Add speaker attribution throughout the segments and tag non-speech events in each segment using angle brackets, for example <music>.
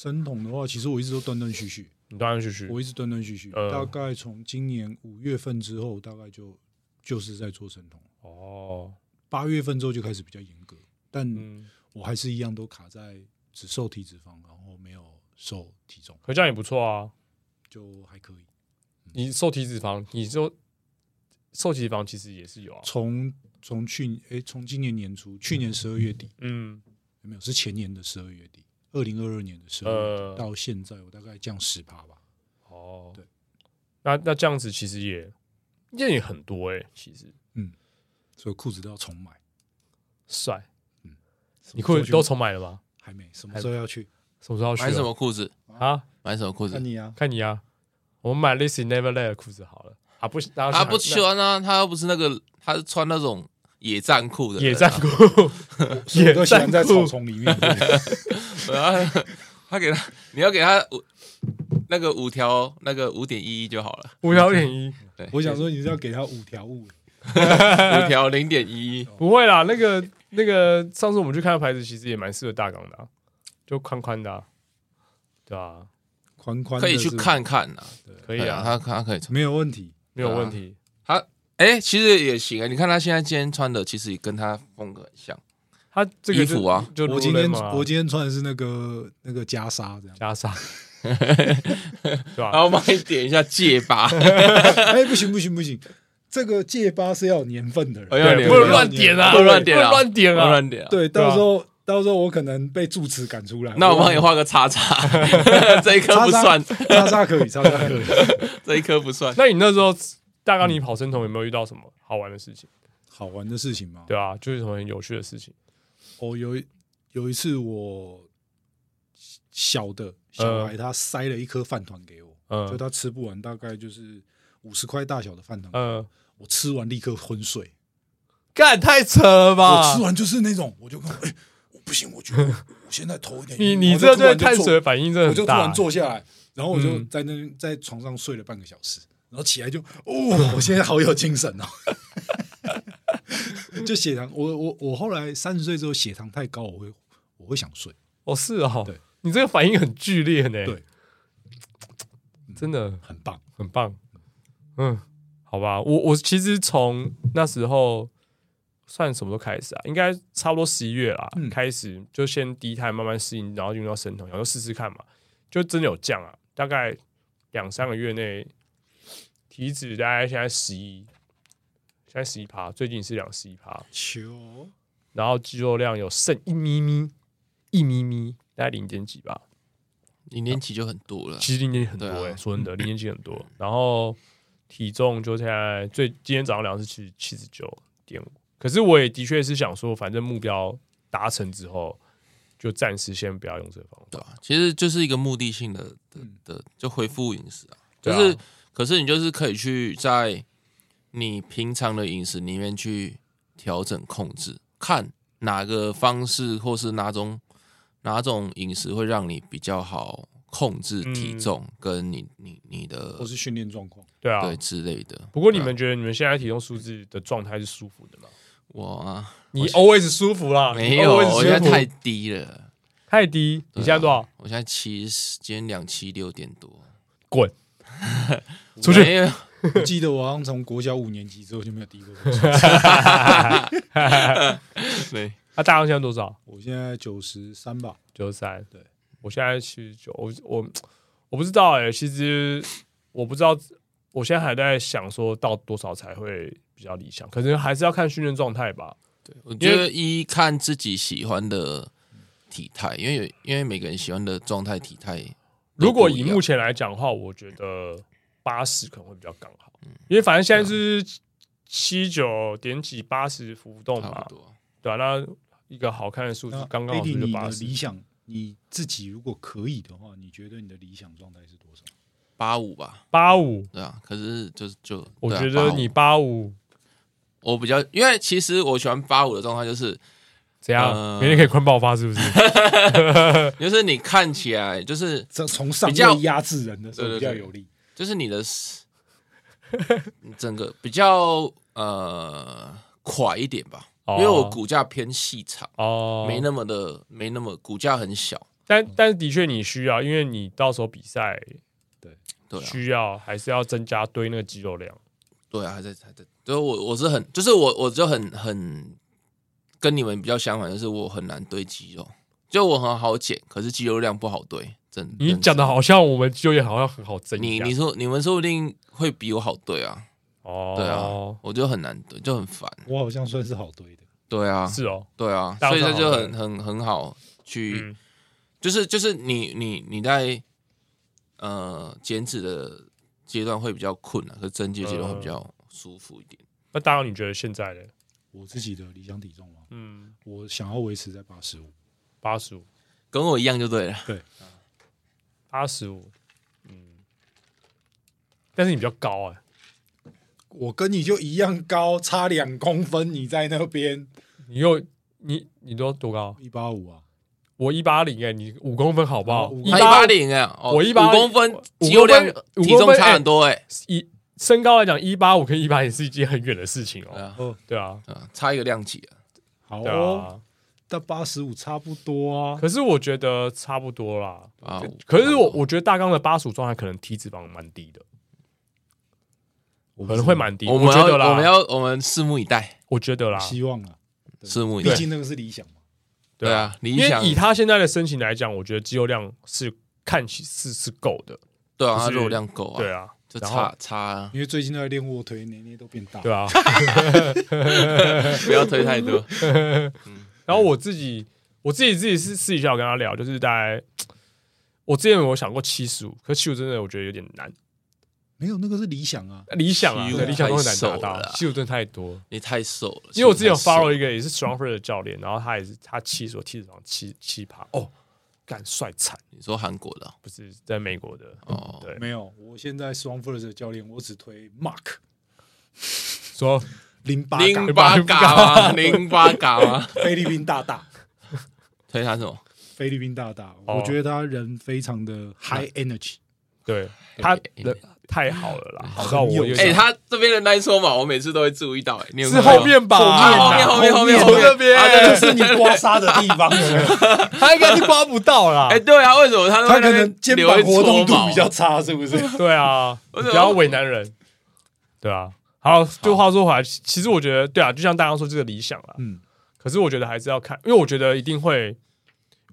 Speaker 1: 神童的话，其实我一直都断断续续，
Speaker 2: 你断断续续，
Speaker 1: 我一直断断续续，
Speaker 2: 嗯呃
Speaker 1: 大概从今年五月份之后，大概就就是在做神童。
Speaker 2: 哦，
Speaker 1: 八月份之后就开始比较严格，但
Speaker 2: 嗯，
Speaker 1: 我还是一样都卡在只瘦体脂肪，然后没有瘦体重，
Speaker 2: 可这样也不错啊。
Speaker 1: 就还可以。
Speaker 2: 你瘦体脂肪，你就瘦体脂肪其实也是有啊。
Speaker 1: 从从去诶，从今年年初，去年十二月底
Speaker 2: 嗯，
Speaker 1: 有没有？是前年的十二月底，二零二二年的十二月底、
Speaker 2: 呃，
Speaker 1: 到现在，我大概降十趴吧。
Speaker 2: 哦，
Speaker 1: 对，
Speaker 2: 那那这样子其实也也也很多哎、其实
Speaker 1: 所以裤子都要重买。
Speaker 2: 帅。
Speaker 1: 嗯
Speaker 2: 你裤子都重买了吗？
Speaker 1: 还没什么时候要去？
Speaker 2: 什么时候要去啊、
Speaker 3: 买什么裤子？
Speaker 2: 啊？
Speaker 3: 买什么裤子？
Speaker 1: 你啊，
Speaker 2: 看你啊，我们买 l i s i Neverland 的裤子好了啊，不，然后
Speaker 3: 他不穿啊，他又不是那个，他是穿那种野战裤的人啊
Speaker 2: 野战，裤，野
Speaker 1: 都喜欢
Speaker 2: 战
Speaker 1: 在草
Speaker 2: 裤，
Speaker 1: 丛里面。对不对
Speaker 3: 对啊他给他，你要给他五那个五条那个五点一一就好了，
Speaker 2: 五条点 <laughs> 一，
Speaker 3: 对，
Speaker 1: 我想说，你是要给他五条悟，
Speaker 3: 五条零点一一，
Speaker 2: 不会啦，那个那个，上次我们去看的牌子，其实也蛮适合大港的啊、就宽宽的啊、对啊，
Speaker 1: 宽宽的
Speaker 3: 可以去
Speaker 1: 是吧，
Speaker 3: 看看呐。
Speaker 2: 可以啊，
Speaker 3: 他他可以穿。
Speaker 1: 没有问题。
Speaker 2: 没有问题。
Speaker 3: 哎，其实也行啊，你看他现在今天穿的，其实也跟他风格很像。
Speaker 2: 他这个
Speaker 3: 衣服啊
Speaker 2: 就，就
Speaker 1: 我今天
Speaker 2: Lululemon 啊
Speaker 1: 我今天穿的是那个那个袈裟这
Speaker 3: <laughs>
Speaker 1: 样。
Speaker 2: 加上，对吧、
Speaker 3: 然后我帮你点一下戒疤，
Speaker 1: 哎，不行不行不行，这个戒疤是要有年份的人。
Speaker 3: 哎呀
Speaker 2: 对，不能乱点啊，
Speaker 3: 不能乱点啊
Speaker 2: 不能乱点啊，
Speaker 3: 乱点啊。
Speaker 1: 对，
Speaker 2: 对啊
Speaker 1: 到时候到时候我可能被住持赶出来。
Speaker 3: 那我帮你 <laughs>
Speaker 1: 叉
Speaker 3: 画个叉叉， <laughs> 这一颗不算，
Speaker 1: 叉可以，叉叉可以。
Speaker 3: 这一颗不算。
Speaker 2: 那你那时候大纲你跑生酮有没有遇到什么好玩的事情？
Speaker 1: <laughs> 好玩的事情吗？
Speaker 2: 对啊，就是什么很有趣的事情。
Speaker 1: 哦，有一有一次我小的
Speaker 3: 嗯
Speaker 1: 小孩他塞了一颗饭团给我，就
Speaker 2: 嗯
Speaker 1: 他吃不完，大概就是五十块大小的饭团，
Speaker 2: 嗯，
Speaker 1: 我吃完立刻昏睡。
Speaker 2: 干太扯了
Speaker 1: 我
Speaker 2: 吧
Speaker 1: 吃！完就是那种，我就
Speaker 2: <laughs>
Speaker 1: 跟我哎，我不行，我觉得我现在头有点
Speaker 2: 你
Speaker 1: 晕
Speaker 2: 你
Speaker 1: 然后就
Speaker 2: 这
Speaker 1: 突
Speaker 2: 对
Speaker 1: 然就
Speaker 2: 碳
Speaker 1: 坐
Speaker 2: 水反应真的
Speaker 1: 我就
Speaker 2: 很
Speaker 1: 突
Speaker 2: 大
Speaker 1: 然
Speaker 2: 欸。
Speaker 1: 坐下来，然后我就
Speaker 2: 嗯
Speaker 1: 在那边在床上睡了半个小时，然后起来就哦，我现在好有精神哦。 <laughs> 就血糖，我我我后来三十岁之后血糖太高，我会我会想睡。
Speaker 2: 哦，是哦
Speaker 1: 对，
Speaker 2: 你这个反应很剧烈呢。
Speaker 1: 对，
Speaker 2: 真的
Speaker 1: 很棒，
Speaker 2: 很棒。嗯，好吧，我我其实从那时候算什么时候开始啊？应该差不多十一月啦，
Speaker 1: 嗯
Speaker 2: 开始就先低碳慢慢适应，然后用到生酮，然后试试看嘛，就真的有降啊，大概两三个月内，体脂大概现在十一，现在十一趴，最近是两十一趴，
Speaker 1: 球
Speaker 2: 然后肌肉量有剩一咪咪，一咪咪，大概零点几吧，
Speaker 3: 你年纪就很多了，
Speaker 2: 其实零点几很多
Speaker 3: 对
Speaker 2: 哎、
Speaker 3: 啊
Speaker 2: 说
Speaker 3: <laughs>
Speaker 2: 真的，零点几很多。然后体重就现在最今天早上量是七七十九点五，可是我也的确是想说，反正目标达成之后，就暂时先不要用这个方法。
Speaker 3: 对吧、其实就是一个目的性的的
Speaker 1: 嗯
Speaker 3: 的，就恢复饮食啊。
Speaker 2: 对
Speaker 3: 就
Speaker 2: 啊
Speaker 3: 是，可是你就是可以去在你平常的饮食里面去调整控制，看哪个方式或是哪种哪种饮食会让你比较好控制
Speaker 2: 嗯
Speaker 3: 体重跟你你你的
Speaker 1: 或是训练状况，
Speaker 2: 对啊
Speaker 3: 对。之类的。
Speaker 2: 不过你
Speaker 3: 对啊
Speaker 2: 们觉得你们现在体重数字的状态是舒服的吗？
Speaker 3: 我啊
Speaker 2: 你 always 舒服啦，
Speaker 3: 没有，
Speaker 2: 啊你哦 always
Speaker 3: 我现在
Speaker 2: 舒服
Speaker 3: 太啊低了。
Speaker 2: 太低。你现在多少？
Speaker 3: 我现在七十，今天两七六点多，
Speaker 2: 滚出去！<laughs>
Speaker 3: 没有
Speaker 1: 我记得我好像从国小五年级之后就没有低过。
Speaker 3: 对，
Speaker 2: 那大纲现在多少？
Speaker 1: 我现在九十三吧，
Speaker 2: 九十三，
Speaker 1: 对
Speaker 2: 我现在七十九，我我我不知道哎、其实我不知道，我现在还在想说到多少才会比较理想，可能还是要看训练状态吧。
Speaker 3: 我觉得一看自己喜欢的体态，因为有因为每个人喜欢的状态体态都不一样，
Speaker 2: 如果以目前来讲的话，我觉得八十可能会比较刚好，
Speaker 3: 嗯
Speaker 2: 因为反正现在就是七九点几八十浮动
Speaker 3: 啊差
Speaker 2: 嘛
Speaker 3: 不，多，啊哎
Speaker 2: 对啊，那一个好看的数字
Speaker 1: 那
Speaker 2: 刚刚好
Speaker 1: AD
Speaker 2: 是
Speaker 1: 你
Speaker 2: 八
Speaker 1: 的
Speaker 2: 十
Speaker 1: 理。想，你自己如果可以的话，你觉得你的理想状态是多少？
Speaker 3: 八五吧，
Speaker 2: 八五，
Speaker 3: 对啊。可是就是就
Speaker 2: 我
Speaker 3: 对啊
Speaker 2: 觉得
Speaker 3: 85
Speaker 2: 你八五
Speaker 3: 我比较，因为其实我喜欢八五的状态，就是 <laughs>
Speaker 2: 怎样？
Speaker 3: 呃
Speaker 2: 明天可以快爆发是不
Speaker 3: <laughs>
Speaker 2: 是？
Speaker 3: 就是你看起来就是
Speaker 1: 这从上
Speaker 3: 比较
Speaker 1: 面压制人的时候
Speaker 3: 对
Speaker 1: 比
Speaker 3: 对
Speaker 1: 较
Speaker 3: 对
Speaker 1: 有利。
Speaker 3: 就是你的你整个比较呃垮一点吧，
Speaker 2: 哦
Speaker 3: 因为我骨架偏细长，
Speaker 2: 哦，
Speaker 3: 没那么的没那么骨架很小，
Speaker 2: 但但的确你需要，因为你到时候比赛
Speaker 3: 对啊，
Speaker 2: 需要还是要增加堆那个肌肉量。
Speaker 3: 对啊，还在还在，就是我我是很就是我我就很很跟你们比较相反，就是我很难堆肌肉，就我很好减，可是肌肉量不好堆，真
Speaker 2: 你讲的，好像我们就业好像很好增
Speaker 3: 真你
Speaker 2: 一样
Speaker 3: 你说你们说不定会比我好堆啊，对啊，
Speaker 2: 哦，
Speaker 3: 我就很难堆，就很烦，
Speaker 1: 我好像算是好堆的，
Speaker 3: 对啊，
Speaker 2: 是哦，
Speaker 3: 对啊，
Speaker 2: 大
Speaker 3: 所
Speaker 2: 部
Speaker 3: 以
Speaker 2: 分
Speaker 3: 这就
Speaker 2: 好
Speaker 3: 很很很好去，
Speaker 2: 嗯
Speaker 3: 就是就是你你你在呃减脂的阶段会比较困啊难，可是增肌的阶段
Speaker 2: 呃
Speaker 3: 会比较舒服一点。
Speaker 2: 那大王你觉得现在呢？
Speaker 1: 我自己的理想体重嘛，啊
Speaker 2: 嗯，
Speaker 1: 我想要维持在八十五。
Speaker 2: 八十五，
Speaker 3: 跟我一样就对了，
Speaker 2: 八十五，嗯，但是你比较高哎、
Speaker 1: 我跟你就一样高，差两公分，你在那边
Speaker 2: 你又你你多多高？
Speaker 1: 一八五啊，
Speaker 2: 我一八零哎，你五公分好不好？
Speaker 1: 哦
Speaker 2: 一
Speaker 3: 他一
Speaker 2: 八
Speaker 3: 八零哎，哦
Speaker 2: 我180
Speaker 3: 五公分，
Speaker 2: 我
Speaker 3: 肌肉量
Speaker 2: 5公分
Speaker 3: 体重差很多哎，
Speaker 2: 以身高来讲，一八五跟一八零是一件很远的事情
Speaker 3: 对
Speaker 2: 哦。
Speaker 3: 啊，
Speaker 1: 哦，
Speaker 2: 对啊，
Speaker 3: 对啊差一个量级啊，
Speaker 1: 好
Speaker 2: 对
Speaker 1: 哦，
Speaker 2: 啊。
Speaker 1: 但八十五差不多啊。
Speaker 2: 可是我觉得差不多啦。
Speaker 3: 啊
Speaker 2: 可是我我觉得大纲的八十五状态可能体脂肪蛮低的，
Speaker 1: 我不
Speaker 2: 可
Speaker 1: 知道
Speaker 2: 能会蛮低。
Speaker 3: 我
Speaker 2: 我
Speaker 3: 们
Speaker 2: 觉得
Speaker 3: 要
Speaker 2: 啦，
Speaker 3: 我们要我们拭目以待，
Speaker 2: 我觉得啦，
Speaker 1: 希望啊，
Speaker 3: 拭目以
Speaker 1: 毕
Speaker 3: 待。
Speaker 1: 竟那个是理想嘛。
Speaker 3: 对啊，理
Speaker 2: 因为
Speaker 3: 想
Speaker 2: 以他现在的身形来讲，我觉得肌肉量是看起是是够的。
Speaker 3: 对啊，
Speaker 2: 就是
Speaker 3: 他肉量够啊，
Speaker 2: 对，啊，
Speaker 3: 就
Speaker 2: 然后
Speaker 3: 差差啊，
Speaker 1: 因为最近都在练卧推，年年都变大。
Speaker 2: 对
Speaker 3: <laughs>
Speaker 2: 啊。
Speaker 3: 不要推
Speaker 2: <laughs>
Speaker 3: 太多。
Speaker 2: 然后我自己，我自己自己私私底下有跟他聊，就是大概我之前有想过七十五，可七十五真的我觉得有点难，
Speaker 1: 没有那个是理想啊，
Speaker 2: 理想啊，
Speaker 3: 75
Speaker 2: 对理想都很难达
Speaker 3: 太瘦了
Speaker 2: 到
Speaker 3: 啦，
Speaker 2: 七十五真的太多。
Speaker 3: 你太瘦了，
Speaker 2: 因为我之前有
Speaker 3: 太瘦了
Speaker 2: follow 一个也是 Strongford 的教练，然后他也是他七十，我七十好像七七趴哦，干帅惨，
Speaker 3: 你说韩国的啊
Speaker 2: 不是在美国的，
Speaker 3: 哦，
Speaker 2: 对，
Speaker 1: 没有。我现在 Strong First 的教练，我只推 Mark
Speaker 2: 说
Speaker 1: 零八嘎
Speaker 3: 啊零八嘎吗？零八嘎吗？
Speaker 2: <laughs>
Speaker 1: 菲律宾大大，
Speaker 3: 推他什么？
Speaker 1: 菲律宾大大，
Speaker 2: 哦
Speaker 1: 我觉得他人非常的 high energy。
Speaker 2: 对他
Speaker 3: 哎
Speaker 2: 的太好了啦，好到我有
Speaker 3: 哎、
Speaker 2: 点
Speaker 3: 他这边的那一说嘛，我每次都会注意到、哎，你有
Speaker 2: 啊是
Speaker 3: 看到
Speaker 2: 后面吧，
Speaker 3: 啊后面
Speaker 2: 啊
Speaker 3: 后面后面
Speaker 1: 后
Speaker 3: 后
Speaker 1: 面
Speaker 3: 面
Speaker 2: 这边
Speaker 3: 啊
Speaker 1: 这
Speaker 3: 对
Speaker 1: 是你刮痧的地
Speaker 2: <laughs>
Speaker 1: 方，
Speaker 2: 他应该是刮不到啦
Speaker 3: 哎、。对啊，为什么他
Speaker 1: 他可能肩膀活动度比较
Speaker 3: 差？
Speaker 1: 差，是不是？
Speaker 2: 对啊，
Speaker 3: 我
Speaker 2: 不
Speaker 3: 怎么
Speaker 2: 要为难人。对啊，好，就话说回来，其其实我觉得，对啊，就像大家说这个理想啦，
Speaker 1: 嗯，
Speaker 2: 可是我觉得还是要看，因为我觉得一定会，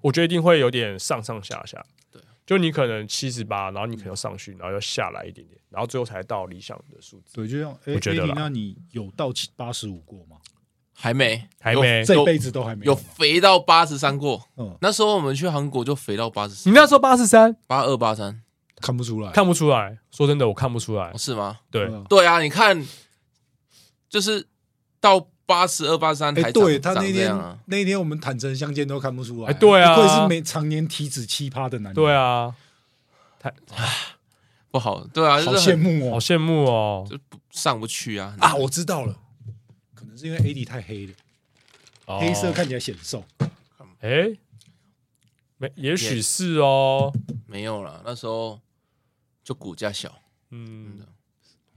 Speaker 2: 我觉得一定会有点上上下下。
Speaker 3: 对，
Speaker 2: 就你可能七十八，然后你可能又上去，然后又下来一点点，然后最后才到理想的数字。
Speaker 1: 对，就像哎
Speaker 2: 我觉得
Speaker 1: AD
Speaker 2: 啦
Speaker 1: 那你有到七八十五过吗？
Speaker 3: 还没，
Speaker 2: 还没
Speaker 1: 这辈子都还没
Speaker 3: 有
Speaker 1: 有
Speaker 3: 有
Speaker 1: 吗。
Speaker 3: 肥到八十三过。
Speaker 1: 嗯，
Speaker 3: 那时候我们去韩国就肥到八十
Speaker 2: 你
Speaker 3: 三，
Speaker 2: 那时候八十三，
Speaker 3: 八二八三
Speaker 1: 看不出来，
Speaker 2: 看不出来。说真的，我看不出来。
Speaker 3: 是哦吗？
Speaker 2: 对，
Speaker 1: 嗯
Speaker 3: 对啊，你看，就是到八十二八三
Speaker 1: 哎、
Speaker 3: 才长、
Speaker 1: 对他
Speaker 3: 长
Speaker 1: 那
Speaker 3: 这
Speaker 1: 天、
Speaker 3: 样啊。
Speaker 1: 那天我们坦诚相见都看不出来，
Speaker 2: 哎对啊
Speaker 1: 不愧是没常年体脂奇葩的男人，
Speaker 2: 对，啊，
Speaker 3: 不好，对啊，
Speaker 1: 好
Speaker 3: 就
Speaker 1: 羡
Speaker 3: 是很
Speaker 1: 慕
Speaker 2: 好
Speaker 1: 哦
Speaker 2: 羡慕哦。
Speaker 3: 上不去啊。
Speaker 1: 啊！我知道了，可能是因为 AD 太黑了，
Speaker 2: 哦
Speaker 1: 黑色看起来显瘦，
Speaker 2: 哎，没，也许是哦。
Speaker 3: 没有了，那时候就骨架小，
Speaker 2: 嗯，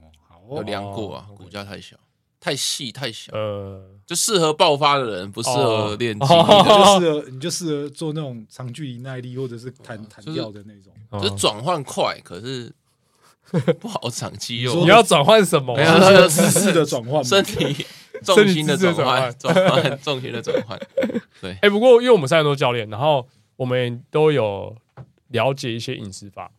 Speaker 1: 哦，好
Speaker 3: 有
Speaker 1: 哦，
Speaker 3: 量过啊，
Speaker 2: 哦，OK
Speaker 3: 骨架太小，太细太小，
Speaker 2: 呃，
Speaker 3: 就适合爆发的人，不适合练肌力
Speaker 1: 哦你
Speaker 3: 的，
Speaker 1: 就适合你就适合做那种长距离耐力或者是弹弹
Speaker 3: 就是
Speaker 1: 跳的那种，
Speaker 2: 哦
Speaker 3: 就是转换快，可是不好长肌肉
Speaker 1: 你
Speaker 2: 你，要转换什么
Speaker 3: 没
Speaker 2: 啊？
Speaker 3: 有
Speaker 1: 适合姿势的转换嘛，
Speaker 3: 身体重心的转换，
Speaker 2: 身
Speaker 3: 转换重心的转换，
Speaker 2: 哎、不过因为我们三个都是教练，然后我们都有了解一些饮食法，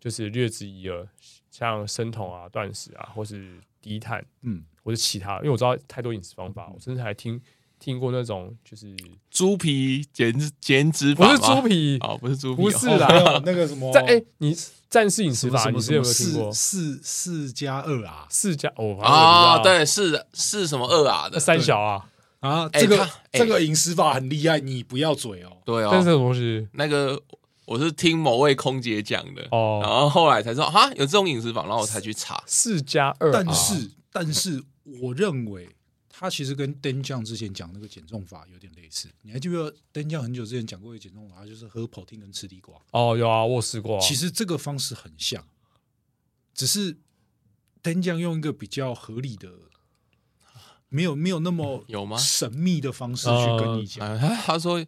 Speaker 2: 就是略知一二，像生酮啊、断食啊，或是低碳，
Speaker 1: 嗯，
Speaker 2: 或是其他。因为我知道太多饮食方法，
Speaker 3: 嗯
Speaker 2: 我甚至还听听过那种就是
Speaker 3: 猪皮减减脂
Speaker 2: 不
Speaker 3: 法
Speaker 2: 是
Speaker 3: 吗
Speaker 2: 猪皮，
Speaker 3: 哦，不是猪皮，
Speaker 2: 不是
Speaker 3: 哦
Speaker 1: 哦
Speaker 2: 啦
Speaker 1: 没有那个什么
Speaker 2: 在哎、你战士饮
Speaker 1: 什
Speaker 2: 食
Speaker 1: 么
Speaker 2: 法，
Speaker 1: 什么
Speaker 2: 你
Speaker 1: 什
Speaker 2: 之前有
Speaker 1: 么
Speaker 2: 没有听过
Speaker 1: 四？四四加二啊
Speaker 2: 四加哦，
Speaker 3: 啊，
Speaker 2: 啊，
Speaker 3: 对，是是什么二啊
Speaker 2: 那
Speaker 3: 的，
Speaker 2: 三小啊，
Speaker 1: 啊！
Speaker 3: 哎
Speaker 1: 这个
Speaker 3: 他哎
Speaker 1: 这个饮食法很厉害，你不要嘴哦。
Speaker 3: 对
Speaker 2: 但是什
Speaker 3: 哦，
Speaker 2: 么东西？
Speaker 3: 那个我是听某位空姐讲的，然
Speaker 2: 哦，
Speaker 3: 后后来才知道啊，
Speaker 2: 啊
Speaker 3: 有这种饮食法，然后我才去查。
Speaker 2: 四加二啊，
Speaker 1: 但是，但是我认为它其实跟灯酱之前讲那个减重法有点类似。你还记不记得灯酱很久之前讲过一个减重法，它就是喝跑听跟吃地瓜。
Speaker 2: 哦，有啊，我有试过啊。
Speaker 1: 其实这个方式很像，只是灯酱用一个比较合理的，没有没有那么
Speaker 3: <laughs> 有吗
Speaker 1: 神秘的方式去跟你讲。
Speaker 3: 啊，他他说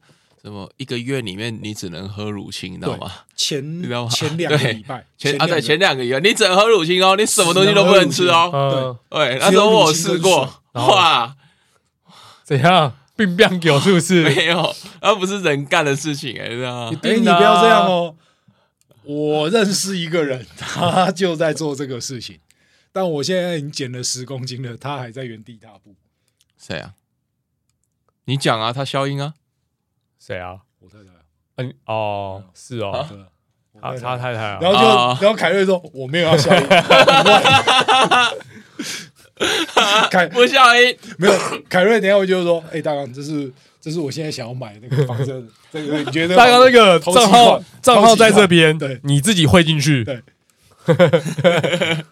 Speaker 3: 什么一个月里面你只能喝乳清，你知道吗？
Speaker 1: 前
Speaker 3: 知道吗
Speaker 1: 前两个
Speaker 3: 对
Speaker 1: 礼拜，
Speaker 3: 前啊
Speaker 1: 两
Speaker 3: 对，
Speaker 1: 个
Speaker 3: 前两个月你只能喝乳清哦，你什么东西都不能吃哦。
Speaker 2: 嗯，
Speaker 1: 只有
Speaker 3: 对，那时候我
Speaker 1: 乳
Speaker 3: 有
Speaker 1: 清跟
Speaker 3: 试过
Speaker 1: 水，
Speaker 2: 然后
Speaker 3: 哇，
Speaker 2: 怎样？病病狗是
Speaker 1: <laughs>
Speaker 2: 不是？
Speaker 3: 没有，那不是人干的事情哎，你知道吗？
Speaker 1: 哎、你不要这样哦！我认识一个人， <laughs> 他就在做这个事情，但我现在已经减了十公斤了，他还在原地踏步。
Speaker 3: 谁啊？你讲啊，他消音啊，
Speaker 2: 谁啊？
Speaker 1: 我太太啊，
Speaker 2: 嗯，哦，是哦，
Speaker 1: 对啊，我太
Speaker 2: 他他
Speaker 1: 太。
Speaker 2: 太太
Speaker 1: 然
Speaker 2: 啊，
Speaker 1: 后就，
Speaker 3: 啊
Speaker 1: 然后凯瑞说：“我没有要笑你。
Speaker 3: <laughs>
Speaker 1: 凯
Speaker 3: 不消音，
Speaker 1: 没有凯瑞，等一下我就说：“哎、大刚，这是这是我现在想要买的那个房子，这个你觉得
Speaker 2: 大哥那个
Speaker 1: 投几
Speaker 2: 账
Speaker 1: 款
Speaker 2: 号账号在这边，
Speaker 1: 对
Speaker 2: 你自己汇进去。
Speaker 1: 对，
Speaker 2: 可是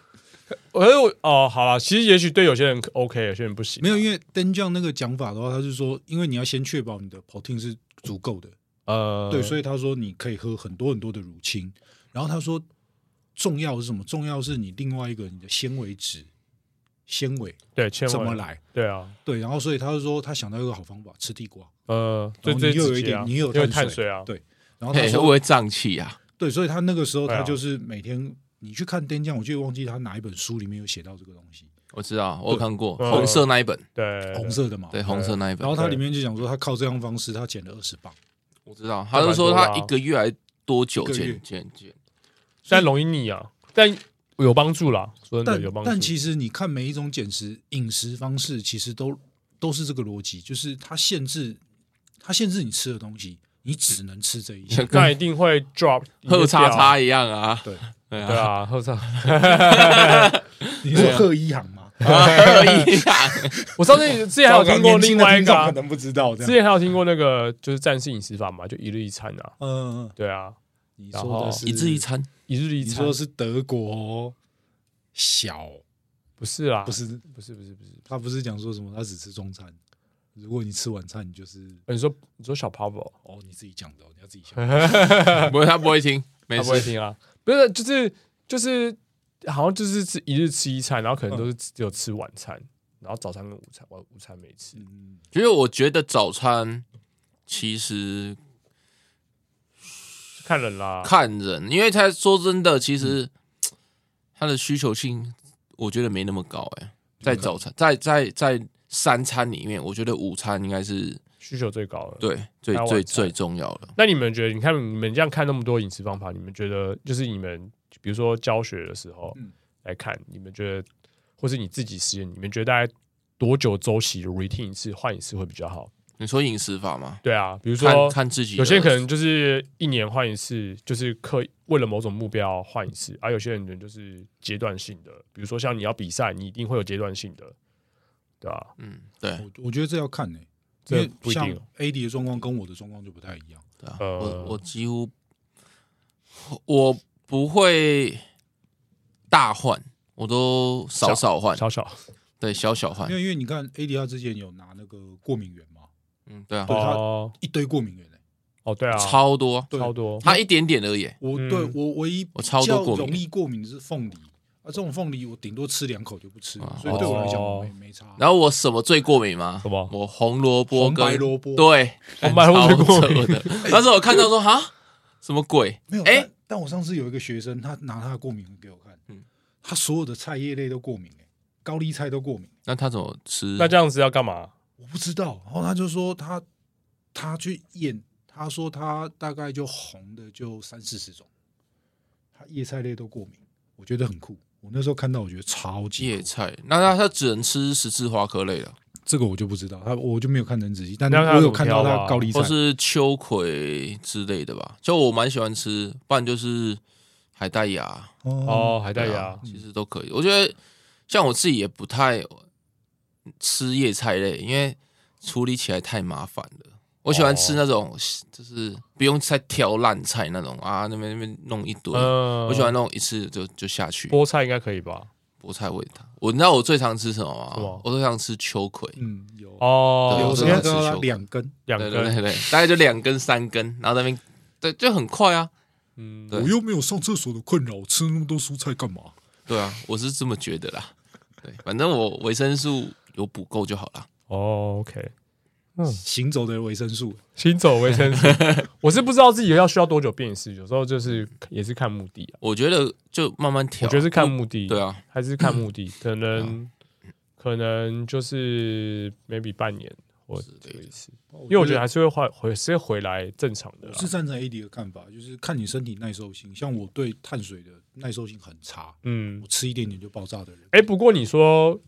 Speaker 2: 我哦，好了，其实也许对有些人 OK，有些人不行。
Speaker 1: 没有，因为灯酱那个讲法的话，他是说，因为你要先确保你的 protein 是足够的，
Speaker 2: 呃，
Speaker 1: 对，所
Speaker 2: 以
Speaker 1: 以他说你可以喝很多很多的乳清，然后他说重要是什么？重要是你另外一个你的纤维质，纤维
Speaker 2: 对，千
Speaker 1: 怎么
Speaker 2: 万
Speaker 1: 来？
Speaker 2: 对啊，
Speaker 1: 对，然后所以他就说他想到一个好方法，吃地瓜，
Speaker 2: 呃，
Speaker 1: 然
Speaker 2: 对
Speaker 1: 后哦你又
Speaker 2: 对，
Speaker 1: 有
Speaker 2: 直
Speaker 1: 一
Speaker 2: 接啊
Speaker 1: 点，你也有
Speaker 2: 因为
Speaker 1: 碳
Speaker 2: 碳
Speaker 1: 水
Speaker 2: 水啊，
Speaker 1: 对，然后哦他
Speaker 3: 嘿会不
Speaker 1: 说
Speaker 3: 会胀气啊？
Speaker 1: 对，所以他那个时候
Speaker 2: 对啊
Speaker 1: 他就是每天你去看灯酱，我记得忘记他哪一本书里面有写到这个东西，
Speaker 3: 我知道，我有看过
Speaker 2: 嗯
Speaker 3: 红色那一本，
Speaker 2: 对，
Speaker 1: 红色的嘛，
Speaker 3: 对，红色那一本
Speaker 1: 啊然后，它里面就讲说他靠这样方式他减了二十磅，
Speaker 3: 我知道，他是说
Speaker 2: 蛮多的
Speaker 3: 他
Speaker 2: 啊
Speaker 3: 一个月还多久
Speaker 1: 一个月
Speaker 3: 减减减？
Speaker 2: 但容易腻啊，但有帮助啦，说真
Speaker 1: 但
Speaker 2: 的有帮助。。
Speaker 1: 但其实你看每一种减食饮食方式，其实都都是这个逻辑，就是它限制它限制你吃的东西，你只能吃这一
Speaker 3: <laughs>
Speaker 1: 些
Speaker 2: 那一定会 drop
Speaker 3: 喝叉叉
Speaker 2: 一
Speaker 3: 一样啊，
Speaker 1: 对
Speaker 3: 对
Speaker 2: 个掉啊，对
Speaker 3: 啊，
Speaker 2: 啊，喝叉。
Speaker 1: 你说贺一航吗？
Speaker 3: 喝一样，
Speaker 2: 我
Speaker 1: <laughs>
Speaker 2: 上次之前还有听过另外一个
Speaker 1: 糟糕
Speaker 2: 啊
Speaker 1: 年轻的听众可，能不知道
Speaker 2: 之
Speaker 1: 这样。
Speaker 2: 前还有听过那个就是战士饮食法嘛，就一日一餐啊，
Speaker 1: 嗯，嗯嗯
Speaker 2: 对啊，
Speaker 1: 你
Speaker 2: 然后
Speaker 1: 说的是
Speaker 3: <laughs> 一日一，餐，
Speaker 2: 一日一
Speaker 1: 你
Speaker 2: 餐
Speaker 1: 说的是德国小，
Speaker 2: 不是啦，
Speaker 1: 不是
Speaker 2: 不是不是不是，
Speaker 1: 他不是讲说什么他只吃中餐，如果你吃晚餐，你就是
Speaker 2: 呃你说你说小 Pablo
Speaker 1: 哦你自己讲的哦，你要自己想。
Speaker 3: <laughs> 不会，他不会听，没
Speaker 2: 他不会
Speaker 3: 事，
Speaker 2: 听啊，不是就是就是好像就是吃一日吃一餐，然后可能都是只有吃晚餐，然后早餐跟午餐晚午餐没吃，
Speaker 1: 嗯
Speaker 3: 因为我觉得早餐其实
Speaker 2: 看人啦，
Speaker 3: 看人，因为他说真的，其实他的需求性我觉得没那么高哎，
Speaker 1: 啊
Speaker 3: 在早餐，在在在三餐里面，我觉得午餐应该是
Speaker 2: 需求最高了。
Speaker 3: 对最
Speaker 2: 还有晚
Speaker 3: 最
Speaker 2: 餐
Speaker 3: 最重要的。
Speaker 2: 那你们觉得，你看你们这样看那么多饮食方法，你们觉得就是你们比如说教学的时候
Speaker 1: 嗯
Speaker 2: 来看，你们觉得，或是你自己实验，你们觉得大概多久周期 routine 一次换一次会比较好？
Speaker 3: 你说饮食法吗？
Speaker 2: 对啊，比如
Speaker 3: 看
Speaker 2: 说
Speaker 3: 看自己的，
Speaker 2: 有些人可能就是一年换一次，就是刻为了某种目标换一次，啊而、有些人就是阶段性的，比如说像你要比赛，你一定会有阶段性的，对吧、
Speaker 3: 嗯，对，
Speaker 1: 我我觉得这要看呢、因
Speaker 2: 这
Speaker 1: 为
Speaker 2: 不一定
Speaker 1: 像
Speaker 2: 哦
Speaker 1: AD 的状况跟我的状况就不太一样。
Speaker 3: 对啊，
Speaker 2: 呃
Speaker 3: 我我几乎我不会大换，我都少少换，
Speaker 2: 小小
Speaker 3: 对，小小换
Speaker 1: 因，为因为你看 AD 他之前有拿那个过敏源嘛，
Speaker 3: 嗯，对啊，
Speaker 1: 对他
Speaker 2: 哦
Speaker 1: 一堆过敏源、欸、
Speaker 2: 哦对啊，超
Speaker 3: 超多，
Speaker 1: 对
Speaker 2: 多
Speaker 3: 他一点点而已，
Speaker 1: 我
Speaker 2: 嗯
Speaker 1: 对我唯一
Speaker 3: 我超多过敏
Speaker 1: 比较容易过敏的是凤梨啊，这种凤梨我顶多吃两口就不吃，
Speaker 3: 啊
Speaker 1: 所以对我来讲
Speaker 2: 哦
Speaker 1: 我没没差。
Speaker 3: 然后我什么最过敏吗？
Speaker 2: 什么
Speaker 3: 我红萝卜
Speaker 1: 红
Speaker 3: 跟
Speaker 1: 白萝卜啊
Speaker 3: 对，
Speaker 2: 红白萝卜过敏
Speaker 3: 超扯
Speaker 2: <laughs>
Speaker 3: 的。当时我看到说哈，什么鬼？
Speaker 1: 没有，
Speaker 3: 哎
Speaker 1: 但但我上次有一个学生，他拿他的过敏源给我看，
Speaker 3: 嗯
Speaker 1: 他所有的菜叶类都过敏、欸，高丽菜都过敏，
Speaker 3: 那他怎么吃？
Speaker 2: 那这样子要干嘛？
Speaker 1: 我不知道。然后他就说他他去验，他说他大概就红的就三四十种，他叶菜类都过敏，我觉得很酷。我那时候看到，我觉得超级
Speaker 3: 叶
Speaker 1: 酷
Speaker 3: 菜，那他他只能吃十字花科类的，
Speaker 1: 这个我就不知道，他我就没有看得很仔细，但
Speaker 2: 那他
Speaker 1: 我
Speaker 2: 怎
Speaker 1: 有
Speaker 2: 么
Speaker 1: 看到
Speaker 2: 挑
Speaker 1: 他
Speaker 2: 啊
Speaker 1: 高丽菜
Speaker 3: 或，是秋葵之类的吧。就我蛮喜欢吃，不然就是海带芽。
Speaker 2: 哦，海带
Speaker 3: 对
Speaker 2: 芽
Speaker 3: 啊，，其实都可以。我觉得像我自己也不太吃叶菜类，因为处理起来太麻烦了。我喜欢吃
Speaker 2: 哦
Speaker 3: 那种，就是不用再挑烂菜那种啊，那边那边弄一堆。
Speaker 2: 嗯
Speaker 3: 我喜欢那种一次就就下去。
Speaker 2: 菠菜应该可以吧？
Speaker 3: 菠菜味汤。我你知道我最常吃什么
Speaker 2: 什
Speaker 3: 吗
Speaker 2: 么？
Speaker 3: 我最常吃秋葵，
Speaker 1: 嗯，有
Speaker 2: 哦，
Speaker 1: 有
Speaker 3: 我
Speaker 1: 时
Speaker 3: 这
Speaker 1: 候
Speaker 3: 个
Speaker 1: 看到
Speaker 3: 吃
Speaker 1: 它
Speaker 3: 秋
Speaker 1: 两根，
Speaker 2: 两
Speaker 3: 对对
Speaker 2: 根，
Speaker 3: 对对，大概就两根三根，然后在那边对就很快啊，
Speaker 2: 嗯，
Speaker 3: 对
Speaker 1: 我又没有上厕所的困扰，我吃那么多蔬菜干嘛？
Speaker 3: 对啊，我是这么觉得啦。对，反正我维生素有补够就好啦。
Speaker 2: 哦，OK，
Speaker 1: 行走的维生素，
Speaker 2: 行走维生素，我是不知道自己要需要多久变一次，有时候就是也是看目的啊，
Speaker 3: 我觉得就慢慢调，
Speaker 2: 我觉得是看目的，
Speaker 3: 对啊，
Speaker 2: 还是看目的，可能可能就是 maybe 半年或者一次，
Speaker 1: 哦
Speaker 2: 因为我觉得还啊是会回回是会回来正常
Speaker 1: 我
Speaker 2: 的啦，
Speaker 1: 是赞成 AD 的看法，就是看你身体耐受性。像我对碳水的耐受性很差，
Speaker 2: 嗯
Speaker 1: 我，吃一点点就爆炸的人，
Speaker 2: 哎，不过你说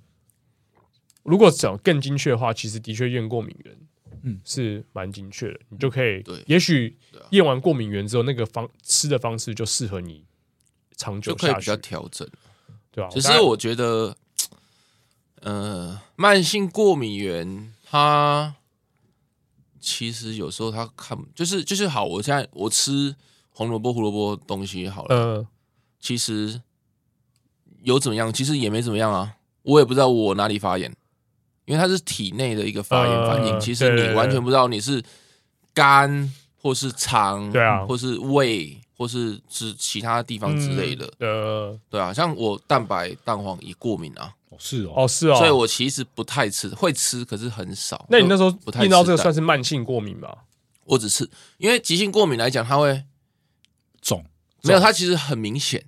Speaker 2: 如果讲更精确的话，其实的确验过敏源。
Speaker 1: 嗯
Speaker 2: 是蛮精确的，你就可以，
Speaker 3: 对
Speaker 2: 也许
Speaker 3: 对啊
Speaker 2: 验完过敏源之后，那个方吃的方式就适合你长
Speaker 3: 就
Speaker 2: 久
Speaker 3: 可以
Speaker 2: 下
Speaker 3: 比
Speaker 2: 去
Speaker 3: 较，调整。
Speaker 2: 对吧？
Speaker 3: 只
Speaker 2: 大
Speaker 3: 是
Speaker 2: 概
Speaker 3: 我觉得，呃，慢性过敏源它其实有时候它看就是就是好，我现在我吃红萝卜、胡萝卜东西好了，
Speaker 2: 呃，
Speaker 3: 其实有怎么样？其实也没怎么样啊，我也不知道我哪里发炎，因为它是体内的一个发炎反应，
Speaker 2: 呃
Speaker 3: 其实
Speaker 2: 对对
Speaker 3: 你
Speaker 2: 对
Speaker 3: 完全不知道你是肝或是肠，
Speaker 2: 对啊
Speaker 3: 嗯或是胃。或是是其他地方之类的，
Speaker 2: 嗯呃，
Speaker 3: 对啊，像我蛋白蛋黄也过敏啊，
Speaker 1: 哦是哦，
Speaker 2: 哦，是哦，
Speaker 3: 所以我其实不太吃，会吃可是很少。
Speaker 2: 那你那时候
Speaker 3: 不太
Speaker 2: 验到这个
Speaker 3: 吃
Speaker 2: 算是慢性过敏吧？
Speaker 3: 我只吃，因为急性过敏来讲，它会
Speaker 1: 肿
Speaker 3: 没有，它其实很明显，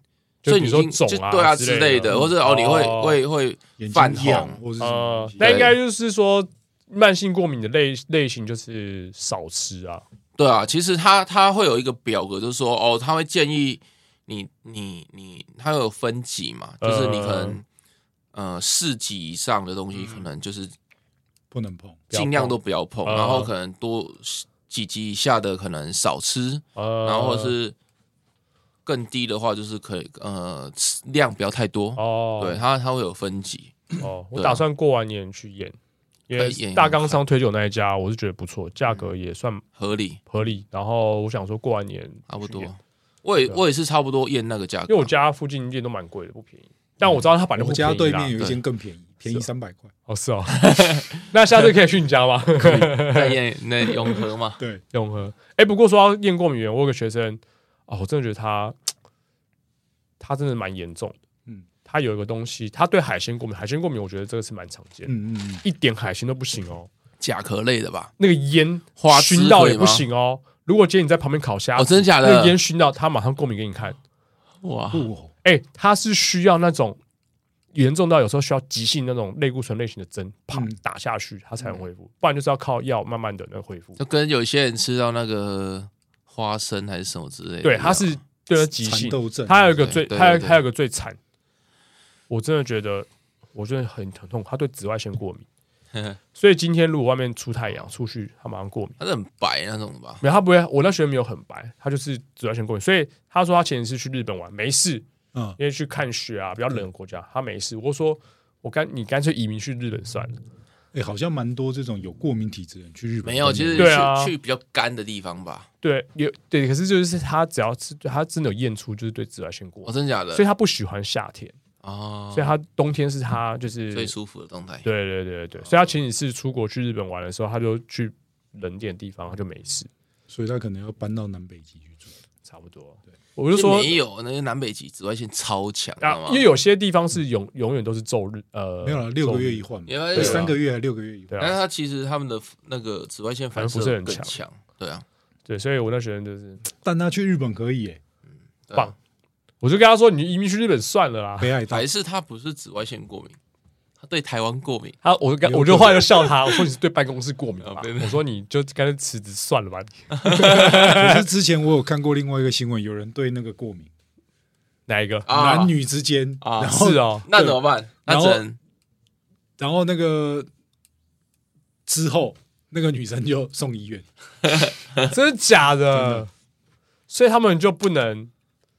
Speaker 2: 就
Speaker 3: 所以
Speaker 2: 比
Speaker 3: 你
Speaker 2: 如
Speaker 3: 已
Speaker 2: 说
Speaker 3: 经
Speaker 2: 肿
Speaker 3: 就
Speaker 2: 啊
Speaker 3: 对啊
Speaker 2: 之
Speaker 3: 之
Speaker 2: 类
Speaker 3: 类
Speaker 2: 的
Speaker 3: 的，或者哦你
Speaker 2: 哦
Speaker 3: 会会会
Speaker 1: 眼
Speaker 3: 泛
Speaker 1: 睛痒
Speaker 3: 红，
Speaker 1: 或是什么
Speaker 2: 呃
Speaker 1: 东，西
Speaker 2: 那
Speaker 3: 对
Speaker 2: 应该就是说慢性过敏的类类型就是少吃啊，
Speaker 3: 对啊，其实它它会有一个表格，就是说哦，它会建议你你你，它有分级嘛，就是你可
Speaker 2: 嗯
Speaker 3: 能呃四级以上的东西，可能就是
Speaker 1: 不能碰，
Speaker 2: 不要碰
Speaker 3: 尽量都不要碰，
Speaker 2: 嗯
Speaker 3: 然后可能多几级以下的可能少吃，
Speaker 2: 呃，
Speaker 3: 然后或是更低的话，就是可以呃吃量不要太多，
Speaker 2: 哦，
Speaker 3: 对它它会有分级。
Speaker 2: 哦，我
Speaker 3: 对啊
Speaker 2: 打算过完年去验，因
Speaker 3: 可
Speaker 2: 为
Speaker 3: 以验验
Speaker 2: 大纲商推酒那一家我是觉得不错，价格也算
Speaker 3: 合理
Speaker 2: 合理，然后我想说过完年
Speaker 3: 差不多
Speaker 2: 去验。
Speaker 3: 我也
Speaker 2: 对啊
Speaker 3: 我也是差不多验那个价格，
Speaker 2: 因为我家附近店都蛮贵的，不便宜。但我知道它本来就
Speaker 1: 我
Speaker 2: 不
Speaker 1: 家
Speaker 2: 便宜
Speaker 1: 对
Speaker 2: 啦
Speaker 1: 面有一
Speaker 3: 对
Speaker 1: 间更便宜，便宜
Speaker 2: 是
Speaker 1: 三百块。，
Speaker 2: 哦是哦， <laughs> 那下次可以去你家吗？ <laughs>
Speaker 3: 在验那永和嘛
Speaker 1: 对，
Speaker 2: 永和。哎、不过说到验过敏源，我有个学生啊、我真的觉得他，他真的蛮严重的。嗯
Speaker 1: 嗯，
Speaker 2: 他有一个东西，他对海鲜过敏，海鲜过敏，我觉得这个是蛮常见的，
Speaker 1: 嗯嗯嗯，
Speaker 2: 一点海鲜都不行哦，
Speaker 3: 甲壳类的吧？
Speaker 2: 那个烟
Speaker 3: 花枝
Speaker 2: 熏到
Speaker 3: 可以
Speaker 2: 也不
Speaker 3: 吗
Speaker 2: 行哦。如果今天你在旁边烤虾子，
Speaker 3: 哦真的假的
Speaker 2: 那个烟熏到他马上过敏给你看。
Speaker 3: 哇，
Speaker 1: 不，
Speaker 2: 哎、他是需要那种严重到有时候需要急性那种类固醇类型的针，啪、
Speaker 1: 嗯
Speaker 2: 打下去，它才能恢复，不然就是要靠药慢慢的那个恢复。
Speaker 3: 就跟有些人吃到那个花生还是什么之类的一样，
Speaker 2: 对，它
Speaker 3: <laughs>
Speaker 2: 是对它急
Speaker 1: 蚕
Speaker 2: 性，
Speaker 1: 豆症，
Speaker 2: 他有一个
Speaker 3: 对
Speaker 2: 最，
Speaker 3: 对
Speaker 2: 他有
Speaker 3: 对
Speaker 2: 还有一个最惨，我真的觉得，我真的很疼痛。他对紫外线过敏，所以今天如果外面出太阳出去，他马上过敏。
Speaker 3: 它是很白那种吧？
Speaker 2: 没有，他不会，我那学生没有很白，他就是紫外线过敏。所以他说他前一次去日本玩没事，
Speaker 1: 嗯，
Speaker 2: 因为去看雪啊，比较冷的国家，他没事。我说我干，你干脆移民去日本算了。
Speaker 1: 哎，好像蛮多这种有过敏体质的人去日本，
Speaker 3: 没有，其实
Speaker 2: 对啊
Speaker 3: 去去比较干的地方吧。
Speaker 2: 对，有对，可是就是他只要是他真的有验出就是对紫外线过
Speaker 3: 哦，
Speaker 2: 敏，
Speaker 3: 真的假的
Speaker 2: 所以？他不喜欢夏天，
Speaker 3: 哦
Speaker 2: 所以，他冬天是他就是
Speaker 3: 最舒服的状态。
Speaker 2: 对对对对，所以他前几次出国去日本玩的时候，他就去冷点地方，他就没事，
Speaker 1: 所以他可能要搬到南北极去住。
Speaker 2: 差不多。我就说
Speaker 3: 没有，那个南北极紫外线超强，知道
Speaker 2: 啊
Speaker 3: 吗，
Speaker 2: 因为有些地方是永永远都是昼日，呃，
Speaker 1: 没有了，六个月一
Speaker 2: 后，
Speaker 1: 换嘛，
Speaker 3: 因为
Speaker 1: 对
Speaker 2: 啊
Speaker 1: 三个月还六个月一换
Speaker 2: 对。
Speaker 3: 但是
Speaker 2: 啊，
Speaker 3: 它其实他们的那个紫外线反
Speaker 2: 反射
Speaker 3: 射
Speaker 2: 很
Speaker 3: 更
Speaker 2: 强
Speaker 3: 强，对啊，
Speaker 2: 对，所以我那学生就是，
Speaker 1: 但他去日本可以耶，
Speaker 3: 对啊
Speaker 2: 棒。我就跟他说，你移民去日本算了啦。 <laughs>
Speaker 1: 北海道
Speaker 3: 还是他不是紫外线过敏，他对台湾过敏。
Speaker 2: 他，我就跟
Speaker 1: 有
Speaker 2: 我就后来就笑 <laughs> 他，我说你是对办公室过敏吧
Speaker 3: 啊对？对
Speaker 2: 我说你就干脆辞职算了吧。
Speaker 1: 可是之前我有看过另外一个新闻，有人对那个过敏，
Speaker 2: 哪一个？
Speaker 3: 啊
Speaker 1: 男女之间，
Speaker 3: 啊
Speaker 1: 然后
Speaker 2: 是哦，
Speaker 3: 那怎么办？那
Speaker 1: 然
Speaker 3: 只
Speaker 1: 后
Speaker 3: 能
Speaker 1: 然后那个之后，那个女生就送医院，
Speaker 2: <laughs> 真的假的？所以他们就不能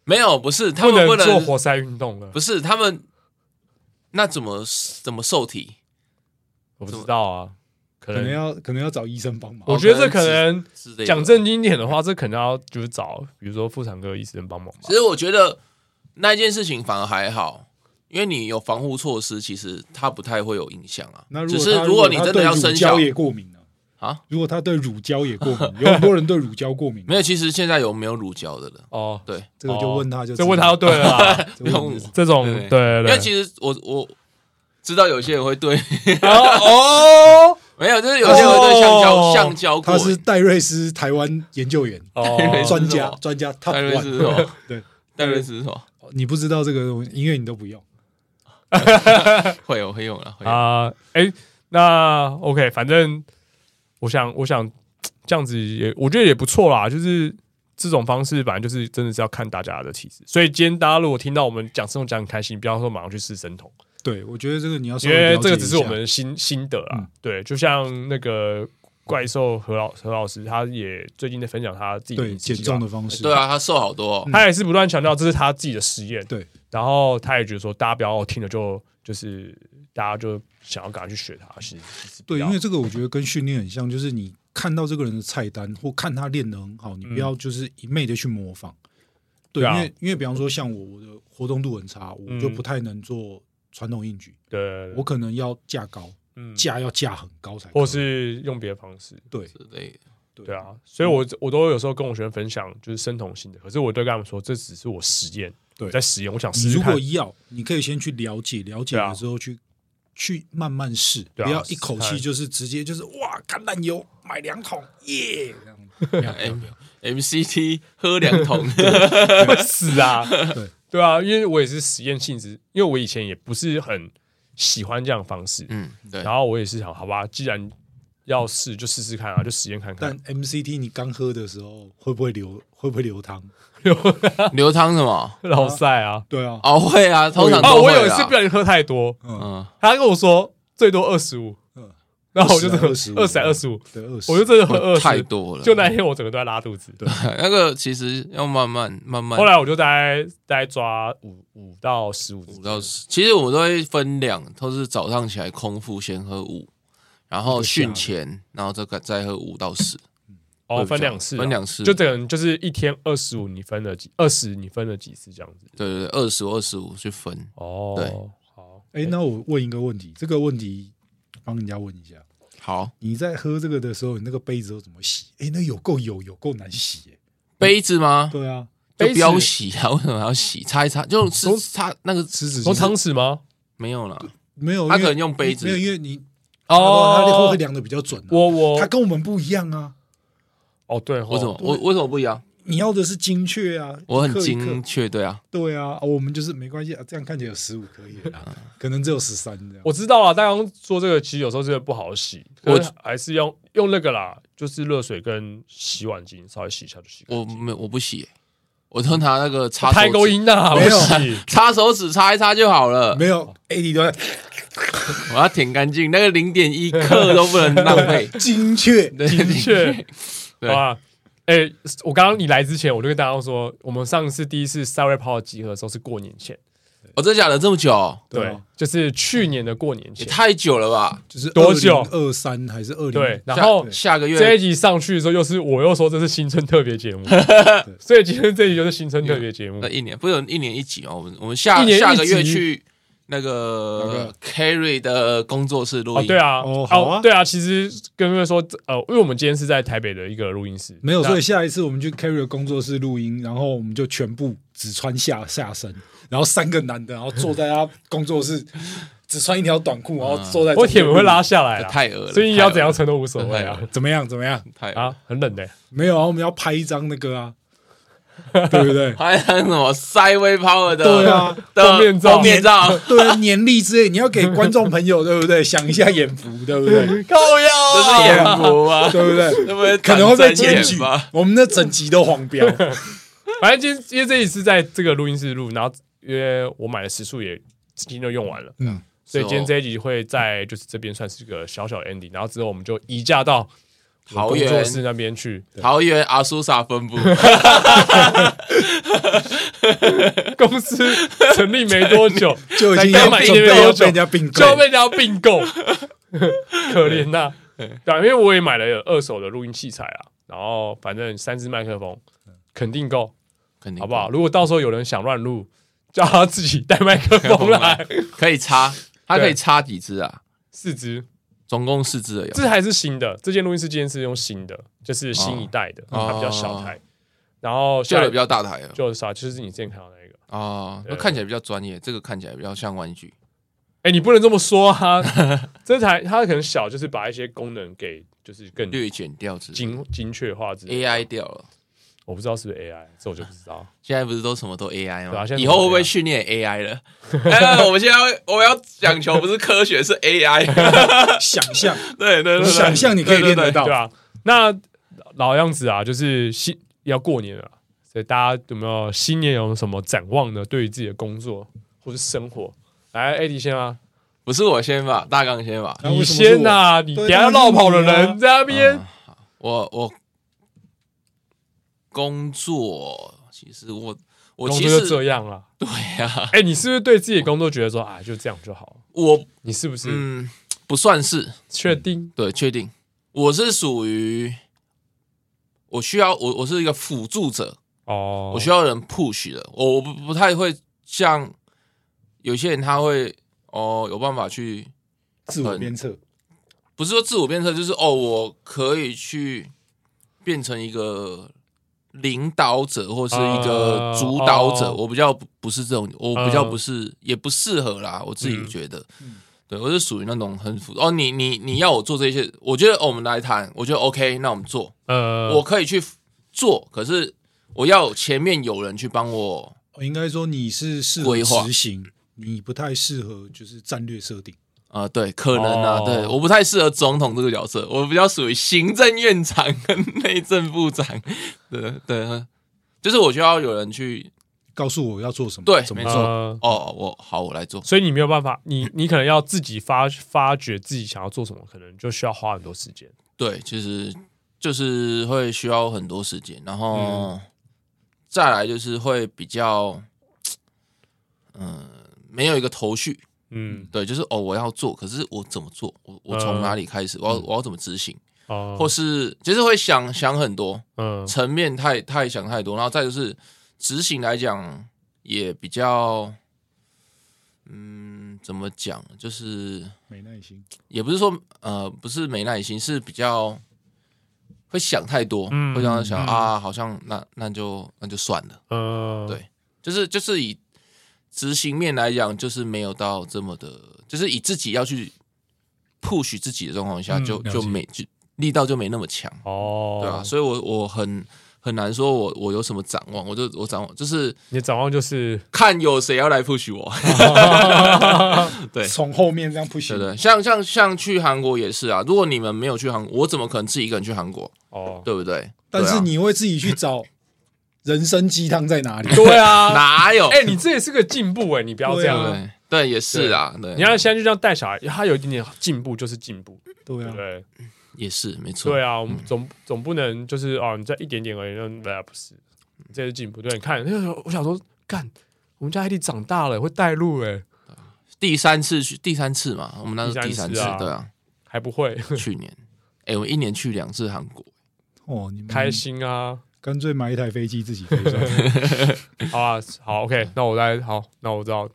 Speaker 3: 没有，不是他们
Speaker 2: 不
Speaker 3: 不
Speaker 2: 能做
Speaker 3: 能，
Speaker 2: 活塞运动了
Speaker 3: 不。是他们，那怎么怎么受体？
Speaker 2: 我不知道啊，可
Speaker 1: 可能
Speaker 2: 能
Speaker 1: 要可能要找医生帮忙
Speaker 2: 我。觉得这可
Speaker 3: 哦可能
Speaker 2: 能
Speaker 3: 之类的
Speaker 2: 讲，正经点的话，这可能要就是找，比如说妇产科医生帮忙吧
Speaker 3: 其。实我觉得那一件事情反而还好，因为你有防护措施，其实它不太会有影响啊。
Speaker 1: 那
Speaker 3: 只
Speaker 1: 如
Speaker 3: 是
Speaker 1: 果他
Speaker 3: 如果你
Speaker 1: 他
Speaker 3: 真的
Speaker 1: 对
Speaker 3: 要
Speaker 1: 乳
Speaker 3: 生
Speaker 1: 胶
Speaker 3: 效
Speaker 1: 也过敏呢？
Speaker 3: 啊，
Speaker 1: 如果他对乳胶也过
Speaker 3: <laughs>
Speaker 1: 敏，有很多人对乳胶过敏，
Speaker 3: 没有，其实现在有没有乳胶的了？
Speaker 2: 哦，
Speaker 3: 对，
Speaker 1: 这个就问他就知
Speaker 2: 这
Speaker 1: 道
Speaker 2: 问他就对了啦。
Speaker 3: <laughs>
Speaker 1: 这个问题
Speaker 2: 这种
Speaker 3: 对对
Speaker 2: 对对
Speaker 3: 因
Speaker 2: 对
Speaker 3: 为其实我我知道有些人会对，
Speaker 2: 然后哦
Speaker 3: 没有，就是有些人会对橡胶、
Speaker 2: 哦
Speaker 3: 橡胶过
Speaker 1: 他是
Speaker 3: 敏。
Speaker 1: 戴瑞斯台湾研究员
Speaker 2: 哦，
Speaker 1: 专
Speaker 3: 是
Speaker 1: 家
Speaker 3: 什么
Speaker 1: 专家 Top
Speaker 3: 戴瑞斯
Speaker 1: One，
Speaker 3: 是
Speaker 2: <laughs>
Speaker 3: 什么？
Speaker 1: 哦对，
Speaker 3: 戴瑞斯是什么？
Speaker 1: 你不知道这个东西，因为你都不用。
Speaker 3: 会有会用了，会有。
Speaker 2: 啊，哎、那 OK，反正我想，我想这样子也，我觉得也不错啦。就是这种方式，反正就是真的是要看大家的体质。所以今天大家如果听到我们讲生酮讲得很开心，不要说马上去试生酮，
Speaker 1: 对，我觉得这啊个你要稍
Speaker 2: 因
Speaker 1: 微
Speaker 2: 为
Speaker 1: 了解
Speaker 2: 这个只是
Speaker 1: 一
Speaker 2: 我
Speaker 1: 下
Speaker 2: 们的心心得啦。
Speaker 1: 嗯
Speaker 2: 对，就像那个怪兽何老何老师，他也最近在分享他自己的
Speaker 1: 对
Speaker 2: 饮食
Speaker 1: 减
Speaker 2: 计划
Speaker 1: 重的方式。
Speaker 3: 对，啊，他瘦好多哦。
Speaker 1: 嗯
Speaker 2: 他也是不断强调这是他自己的实验，
Speaker 1: 对。
Speaker 2: 然后他也觉得说，大家不要听了就就是大家就想要赶快去学他，其实其实不
Speaker 1: 对，
Speaker 2: 要
Speaker 1: 因为这个我觉得跟训练很像，就是你看到这个人的菜单或看他练得很好，你不要就是一昧的去模仿。对，
Speaker 2: 嗯对啊
Speaker 1: 因为因为比方说像我，我的活动度很差，我就
Speaker 2: 嗯
Speaker 1: 不太能做传统硬举，
Speaker 2: 对，
Speaker 1: 我可能要架高，
Speaker 2: 嗯，
Speaker 1: 架要架很高才可以。
Speaker 2: 或是用别的方式，
Speaker 1: 对
Speaker 3: 之类的，
Speaker 2: 对，啊，所以我我都有时候跟我学生分享就是生酮性的，可是我都跟他们说，这只是我实验，
Speaker 1: 对
Speaker 2: 我在实验，我想试
Speaker 1: 你
Speaker 2: 试
Speaker 1: 如
Speaker 2: 看
Speaker 1: 果，要，你可以先去了解，了解
Speaker 2: 对啊
Speaker 1: 了之后去、去慢慢试，
Speaker 2: 对啊
Speaker 1: 不要一口
Speaker 2: 试
Speaker 1: 气
Speaker 2: 看
Speaker 1: 就是直接就是哇，橄榄油买两桶耶，这样
Speaker 2: <laughs>
Speaker 1: 子不要
Speaker 3: 哎
Speaker 1: 不要不要
Speaker 3: MCT 喝两桶，
Speaker 2: <laughs> 会死啊，
Speaker 1: 对
Speaker 2: 对啊，因为我也是实验性质，因为我以前也不是很喜欢这样的方式，
Speaker 3: 嗯，对，
Speaker 2: 然后我也是想，好吧，既然要试就试试看啊，就实验看看
Speaker 1: 但，MCT 你刚喝的时候会不会流会不会流汤？
Speaker 3: 流汤什么？
Speaker 2: 老赛啊，
Speaker 1: 对啊，
Speaker 3: 哦，会啊，通常
Speaker 2: 哦，
Speaker 3: 都
Speaker 2: 我
Speaker 3: 会
Speaker 2: 有一次
Speaker 3: 啦
Speaker 2: 不。小心喝太多，
Speaker 3: 嗯，
Speaker 2: 他跟我说最多二十五
Speaker 1: 嗯，
Speaker 2: 然后我就是二
Speaker 1: 20
Speaker 2: 十二十五，
Speaker 1: 对，二十，
Speaker 2: 我就真的喝
Speaker 3: 会
Speaker 2: 二
Speaker 3: 哦太
Speaker 2: 十，
Speaker 3: 多了。
Speaker 2: 就那一天我整个都在拉肚子。对，
Speaker 3: <laughs> 那个其实要慢慢慢慢
Speaker 2: 后，来我就大概大概抓五五到十五之
Speaker 3: 五
Speaker 2: 间，
Speaker 3: 到十。其实我们都会分两，都是早上起来空腹先喝五，然后训前，然后再再喝五到十。
Speaker 2: 哦，
Speaker 3: 会比较
Speaker 2: 分两次啊，
Speaker 3: 分两次
Speaker 2: 就等于就是一天二十五，你分了几二十，你分了几次这样子。
Speaker 3: 对对对，二十二十五去分。
Speaker 2: 哦，
Speaker 3: 对，
Speaker 2: 好，
Speaker 1: 哎、那我问一个问题，这个问题帮人家问一下，
Speaker 3: 好，
Speaker 1: 你在喝这个的时候，你那个杯子都怎么洗？哎、那有够油，有够难洗、耶
Speaker 3: 杯子吗？
Speaker 1: 对啊，
Speaker 2: 杯子
Speaker 3: 就不要洗啊！为什么还要洗？擦一擦，就是擦那个
Speaker 1: 湿纸
Speaker 2: 从
Speaker 1: 巾
Speaker 2: 汤匙吗？
Speaker 3: 没有了。
Speaker 1: 没有，
Speaker 3: 他
Speaker 1: 因为
Speaker 3: 可能用杯子
Speaker 1: 没有，因为你
Speaker 2: 哦
Speaker 1: 他的后会量的比较准、啊。
Speaker 2: 我我
Speaker 1: 他跟我们不一样啊，
Speaker 2: 哦对，吼
Speaker 3: 为什么？我为什么不一样？
Speaker 1: 你要的是精确啊，
Speaker 3: 我很
Speaker 1: 一克一克
Speaker 3: 精确，对啊，
Speaker 1: 对啊，我们就是没关系啊，这样看起来有十五可以啦，
Speaker 3: 啊
Speaker 1: 可能只有十三这样。
Speaker 2: 我知道了，大刚刚说这个其实有时候真的不好洗，
Speaker 3: 我
Speaker 2: 我还是用用那个啦，就是热水跟洗碗巾稍微洗一下就洗干
Speaker 3: 我
Speaker 2: 净。
Speaker 3: 没我不洗，我都拿那个擦
Speaker 2: 太
Speaker 3: 手
Speaker 2: 勾
Speaker 3: 指，
Speaker 2: 音啦，
Speaker 1: 没有
Speaker 2: 我洗
Speaker 3: 擦手指擦一擦就好了。
Speaker 1: 没有 AD 都在
Speaker 3: 我要舔干净，那个零点一克都不能浪费。
Speaker 1: <laughs> 精确，
Speaker 2: <laughs>
Speaker 3: 对
Speaker 2: 的确，
Speaker 3: <laughs> 对
Speaker 2: 好吧。哎、我刚刚你来之前，我就跟大家说，我们上次第一次 Sorry Power 集合的时候是过年前，
Speaker 3: 我真假的这么久，
Speaker 2: 对，
Speaker 1: 啊
Speaker 2: 就是去年的过年
Speaker 3: 也
Speaker 2: 前，
Speaker 3: 太久了吧？
Speaker 1: 就是
Speaker 2: 多久
Speaker 1: 二三还是二零？
Speaker 2: 对。然
Speaker 3: 下
Speaker 2: 后
Speaker 3: 下个
Speaker 2: 这
Speaker 3: 月
Speaker 2: 一集上去的时候，又是我又说这是新春特别
Speaker 3: <laughs>
Speaker 2: 节目，所以今天这一集就是新春特别节目
Speaker 3: 那。呃一年不是有一年一集哦，我们我们下
Speaker 2: 一年一集
Speaker 3: 下个月去那
Speaker 1: 哪
Speaker 3: 个
Speaker 1: 个
Speaker 3: Carry 的工作室录
Speaker 2: 哦，
Speaker 3: 音。
Speaker 2: 对，啊，
Speaker 1: 哦好啊
Speaker 2: 对啊，其实跟各位说，呃，因为我们今天是在台北的一个录音室，
Speaker 1: 没有，
Speaker 2: 那
Speaker 1: 所以下一次我们去 Carry 的工作室录音，然后我们就全部只穿下下身，然后三个男的，然后坐在他工作
Speaker 2: <laughs>
Speaker 1: 室，只穿一条短裤，然后坐在中间录音。
Speaker 2: 啊我铁门会拉下来啦，
Speaker 3: 太恶了。
Speaker 2: 所以你要怎样
Speaker 3: 太
Speaker 2: 撑都无所谓
Speaker 3: 太
Speaker 2: 啊
Speaker 1: <laughs>
Speaker 3: 恶
Speaker 1: 怎么样？怎么样？
Speaker 3: 恶了？太恶了
Speaker 2: 啊，很冷的、
Speaker 1: 没有啊，我们要拍一张那个
Speaker 2: <laughs>
Speaker 1: 啊，对不对？
Speaker 3: 还有什么 Sideway Power 的？
Speaker 1: 对啊，
Speaker 3: 的
Speaker 2: 封面照
Speaker 3: 封面照，
Speaker 1: 对啊，年 <laughs> 历之类，你要给观众朋友，对不对？想一下眼福，对不
Speaker 2: <laughs>
Speaker 1: 对？
Speaker 2: <laughs> 靠腰啊
Speaker 3: 这是眼福吗？
Speaker 1: 对不对？
Speaker 3: 这不是
Speaker 1: 可能会被检
Speaker 3: 眼
Speaker 1: 举
Speaker 3: 吧？，
Speaker 2: 啊
Speaker 1: 我们那整集都黄
Speaker 2: <laughs>
Speaker 1: 标。
Speaker 2: 反正今天因为这一次在这个录音室录，然后因为我买的时数也今天就用完了，
Speaker 1: 嗯，
Speaker 2: 所以今天
Speaker 3: 是哦
Speaker 2: 这一集会在就是这边算是个小小 ending，然后之后我们就移驾到我
Speaker 3: 桃
Speaker 2: 工
Speaker 3: 园
Speaker 2: 作室那边去，
Speaker 3: 桃园阿苏萨
Speaker 2: <laughs>
Speaker 3: 分部，
Speaker 2: 公司成立没多
Speaker 3: <laughs>
Speaker 2: 久
Speaker 1: 就已经
Speaker 2: 在
Speaker 1: 要
Speaker 2: 刚买
Speaker 1: 准备
Speaker 2: 那边
Speaker 1: 要
Speaker 2: 有酒
Speaker 1: 被人家并购
Speaker 2: 就，被人家并购， <laughs> 可怜呐、对啊，因为我也买了二手的录音器材啊，然后反正三支麦克风肯定够，
Speaker 3: 嗯肯定
Speaker 2: 好不好？？如果到时候有人想乱录，叫他自己带麦克风
Speaker 3: <laughs>
Speaker 2: 来，
Speaker 3: 可以插，它
Speaker 2: 对
Speaker 3: 可以插几支啊？
Speaker 2: 四支，
Speaker 3: 总共四支而已啊。
Speaker 2: 这还是新的，这间录音室今天是用新的，就是新一代的，
Speaker 3: 哦
Speaker 2: 它比较小台，然后
Speaker 3: 旧
Speaker 2: 下
Speaker 3: 的比较大台了
Speaker 2: 就是啥，就是你之前看到那个。
Speaker 3: 哦，那
Speaker 2: 对
Speaker 3: 看起来比较专业，这个看起来比较像玩具。
Speaker 2: 哎，你不能这么说
Speaker 3: <laughs>
Speaker 2: 啊！这台它可能小，就是把一些功能给就是更
Speaker 3: 略减掉之类
Speaker 2: 精精确化之类的。
Speaker 3: AI 掉了。
Speaker 2: 我不知道是不是 AI，这我就不知道。
Speaker 3: 现在不是都什么都 AI
Speaker 2: 对啊
Speaker 3: 吗
Speaker 2: 现？在
Speaker 3: 以后会不会
Speaker 2: 什么都 AI
Speaker 3: 训练 AI
Speaker 2: <laughs>
Speaker 3: 了？哎，我们现在会我们要讲求不是科学，是
Speaker 2: <laughs>
Speaker 3: AI。
Speaker 1: 想象，
Speaker 3: 对对对对，
Speaker 1: 想象你可以练得到
Speaker 2: 对。啊，那老样子啊，就是新要过年了，所以大家有没有新年有什么展望呢？对于自己的工作或是生活，来艾迪先啊，
Speaker 3: 不是我先吧，大纲先吧。
Speaker 1: 那
Speaker 2: 你
Speaker 1: 哎为什么是我
Speaker 2: 先啊，你等
Speaker 1: 对
Speaker 2: 一下要绕跑的
Speaker 1: 啊
Speaker 2: 人在那边
Speaker 3: 嗯，好我我工作，其实我我
Speaker 2: 工
Speaker 3: 其
Speaker 2: 作就
Speaker 3: 实
Speaker 2: 这样了。
Speaker 3: 对啊，
Speaker 2: 哎，你是不是对自己的工作觉得说啊，就这样就好了？
Speaker 3: <laughs> 我
Speaker 2: 你是不是
Speaker 3: 嗯不算是
Speaker 2: 确定？
Speaker 3: 对，确定我是属于我需要我我是一个辅助者，
Speaker 2: 哦，
Speaker 3: 我需要人 push 的，我我不不太会像有些人他会哦有办法去，
Speaker 1: 自我鞭策，
Speaker 3: 不是说自我鞭策，就是哦我可以去变成一个领导者或是一个
Speaker 2: 啊
Speaker 3: 主导者，
Speaker 2: 哦
Speaker 3: 我比较不不是这种，我比较
Speaker 2: 嗯
Speaker 3: 不是、也不适合啦，我自己
Speaker 2: 嗯
Speaker 3: 觉得。对，我是属于那种很辅哦，你你你要我做这些，我觉得、哦、我们来谈，我觉得 OK，那我们做，
Speaker 2: 呃，
Speaker 3: 我可以去做，可是我要前面有人去帮我
Speaker 1: 哦应该说你是适合
Speaker 3: 规划
Speaker 1: 执行，你不太适合就是战略设定。
Speaker 3: 啊、对，可能啊，
Speaker 2: 哦
Speaker 3: 对，我不太适合总统这个角色，我比较属于行政院长跟内政部长，对对，就是我需要有人去，
Speaker 1: 告诉我要做什么，
Speaker 3: 对
Speaker 1: 怎么
Speaker 3: 没
Speaker 1: 做
Speaker 3: 错
Speaker 2: 呃
Speaker 3: 哦，我好，我来做，
Speaker 2: 所以你没有办法，你你可能要自己发发掘自己想要做什么，可能就需要花很多时间。
Speaker 3: 对，其实就是会需要很多时间，然后、
Speaker 2: 嗯
Speaker 3: 再来就是会比较，嗯、没有一个头绪，
Speaker 2: 嗯，
Speaker 3: 对，就是哦，我要做，可是我怎么做？我我从
Speaker 2: 嗯
Speaker 3: 哪里开始？我要我要怎么执行？
Speaker 2: 哦、
Speaker 3: 嗯或是就是会想想很多
Speaker 2: 嗯
Speaker 3: 层面太太想太多，然后再就是执行来讲也比较，嗯，怎么讲？就是
Speaker 1: 没耐心，
Speaker 3: 也不是说呃不是没耐心，是比较会想太多，
Speaker 2: 嗯
Speaker 3: 会让人想、
Speaker 2: 嗯
Speaker 3: 啊，好像那那就那就算了，
Speaker 2: 呃，
Speaker 3: 对就是就是以执行面来讲，就是没有到这么的，就是以自己要去 push 自己的状况下，
Speaker 2: 嗯
Speaker 3: 就
Speaker 1: 了
Speaker 3: 就
Speaker 1: 解
Speaker 3: 没就力道就没那么强。
Speaker 2: 哦，
Speaker 3: 对啊，所以我我很很难说我我有什么展望，我就我展望就是
Speaker 2: 你的展望就是，
Speaker 3: 看有谁要来
Speaker 2: <laughs>
Speaker 3: push 我，对
Speaker 1: 从后面这样 push，
Speaker 3: 对不对？ <laughs> 像像像去韩国也是啊，如果你们没有去韩国，我怎么可能自己一个人去韩国，
Speaker 2: 哦，
Speaker 3: 对不对？
Speaker 1: 但
Speaker 3: 对
Speaker 1: 是
Speaker 3: 啊
Speaker 1: 你会自己去
Speaker 2: <laughs>
Speaker 1: 找人生鸡汤在哪里？
Speaker 2: 对啊，
Speaker 3: 哪有？
Speaker 2: 哎、你这也是个进步哎、你不要这
Speaker 1: 对
Speaker 2: 样、
Speaker 1: 啊
Speaker 3: 对对也是啊，对，
Speaker 2: 你看现在就这样带小孩，他有一点点进步就是进步，
Speaker 1: 对
Speaker 2: 对
Speaker 1: 啊
Speaker 2: 不，对？
Speaker 3: 也是没错，
Speaker 2: 对啊，我们总总不能就是哦，你再一点点而已，那那不是，这是进步。对，你看那个时候我想说，干，我们家艾迪长大了会带路哎、
Speaker 3: 第三次去第三次嘛，我们那是第
Speaker 2: 第
Speaker 3: 三
Speaker 2: 三
Speaker 3: 次，
Speaker 2: 次啊
Speaker 3: 对啊，
Speaker 2: <laughs> 还不会
Speaker 3: 去年，哎，我一年去两次
Speaker 2: <laughs>
Speaker 3: 韩国，
Speaker 1: 哦，你们
Speaker 2: 开心啊。
Speaker 1: 干脆买一台飞机自己飞上
Speaker 2: <laughs>
Speaker 1: 去。
Speaker 2: 好啊，好，OK，那我再好，那我知道，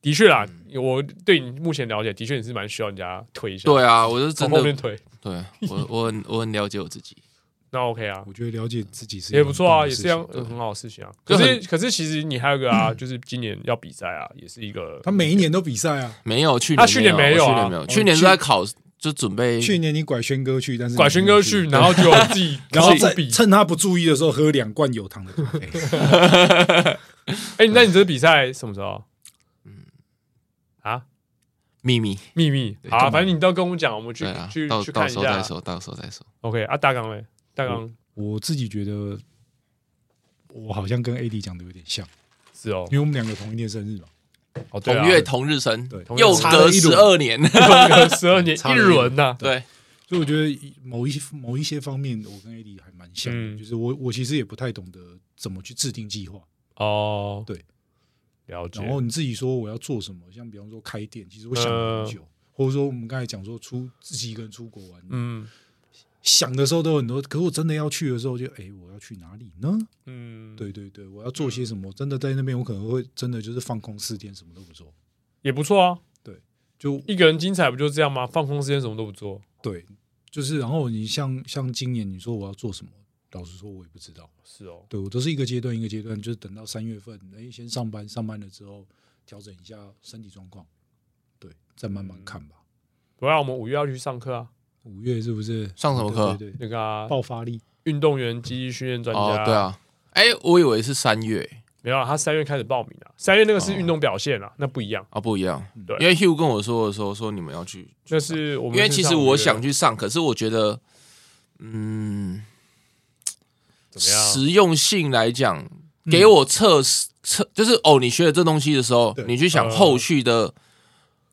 Speaker 2: 的确啦，我对你目前了解，的确你是蛮需要人家推一下，，
Speaker 3: 对啊，我是真
Speaker 2: 从后
Speaker 3: 的
Speaker 2: 面，推，
Speaker 3: 对我我很我很了解我自己，
Speaker 2: 那 OK 啊，
Speaker 1: 我觉得了解自己是
Speaker 2: 也不错啊，也是一
Speaker 1: 这
Speaker 2: 样
Speaker 1: 样。
Speaker 2: 呃很好的事情啊。
Speaker 3: 就
Speaker 2: 可
Speaker 3: 很
Speaker 2: 是可是其实你还有一个啊，就是今年要比赛啊，也是一个，
Speaker 1: 他每一年都比赛啊，
Speaker 3: 没有去
Speaker 2: 啊
Speaker 3: 年
Speaker 2: 去年没有
Speaker 3: 有，我去
Speaker 2: 啊
Speaker 3: 年没有，
Speaker 1: 哦
Speaker 3: 去年是
Speaker 1: 去
Speaker 3: 在考就准备
Speaker 1: 去年你拐轩哥去，但是你
Speaker 2: 拐轩哥去，然后就自己
Speaker 1: 然后
Speaker 2: 自己
Speaker 1: 在
Speaker 2: 比，
Speaker 1: 趁他不注意的时候喝两罐有糖的咖啡。
Speaker 2: 哎，那你这比赛什么时候？嗯，啊，
Speaker 3: 秘密。
Speaker 2: 秘密，好啊，反正你都跟我讲，我们去
Speaker 3: 对啊，
Speaker 2: 去
Speaker 3: 到
Speaker 2: 去
Speaker 3: 到
Speaker 2: 看一
Speaker 3: 时候再
Speaker 2: 下。
Speaker 3: 说，到时候再说。
Speaker 2: OK 啊，大纲嘞，大纲
Speaker 1: 我自己觉得，我好像跟 AD 讲的有点像，
Speaker 2: 是哦
Speaker 1: 因，为我们两个同一天生日嘛。
Speaker 2: 哦对
Speaker 3: 嗯同
Speaker 2: 啊，
Speaker 3: 月同日生
Speaker 1: 对，
Speaker 3: 又
Speaker 2: 同
Speaker 1: 日
Speaker 3: 隔
Speaker 1: 生
Speaker 3: 十二年。
Speaker 2: 十二年
Speaker 3: <laughs> 差
Speaker 2: 一
Speaker 3: 了一
Speaker 2: 轮呐，
Speaker 3: 对，
Speaker 1: 所以我觉得一某一些某一些方面，我跟 AD 还蛮像的，
Speaker 2: 嗯
Speaker 1: 就是我我其实也不太懂得怎么去制定计划。
Speaker 2: 哦，
Speaker 1: 对，
Speaker 2: 了解
Speaker 1: 然。后你自己说我要做什么，像比方说开
Speaker 2: 嗯
Speaker 1: 店，其实我想了很久，或者说我们刚才讲说出自己一个人出国玩，
Speaker 2: 嗯，
Speaker 1: 想的时候都有很多，可是我真的要去的时候就，哎，我要去哪里呢？
Speaker 2: 嗯，，
Speaker 1: 对对对，我要做些什么？真的在那边，我可能会真的就是放空四天，什么都不做。
Speaker 2: 也不错啊。
Speaker 1: 就
Speaker 2: 一个人精彩不就这样吗？放空时间什么都不做，
Speaker 1: 对，就是然后你像像今年你说我要做什么，老实说我也不知道。
Speaker 2: 是哦，
Speaker 1: 对我都是一个阶段一个阶段，就是等到三月份，哎，先上班，上班了之后调整一下身体状况，对，再慢慢看吧。
Speaker 2: 不然我们五月要去上课啊，
Speaker 1: 五月是不是
Speaker 3: 上什么课
Speaker 1: 对对对，
Speaker 2: 那个啊
Speaker 1: 爆发力
Speaker 2: 运动员积极训练专
Speaker 3: 哦
Speaker 2: 家，，
Speaker 3: 对，啊，哎，我以为是三月
Speaker 2: 没有啊，他三月开始报名啊，三月那个是
Speaker 3: 哦
Speaker 2: 运动表现啊，那不一样，
Speaker 3: 啊，不一样
Speaker 2: 对。
Speaker 3: 因为 Hugh 跟我说的时候说你们要去，
Speaker 2: 那是我们
Speaker 3: 因为其实我想
Speaker 2: 去
Speaker 3: 去上，可是我觉得，嗯，
Speaker 2: 怎么样？
Speaker 3: 实用性来讲，
Speaker 1: 嗯
Speaker 3: 给我测试测，就是哦，你学了这东西的时候
Speaker 1: 对，
Speaker 3: 你去想
Speaker 2: 呃
Speaker 3: 后续的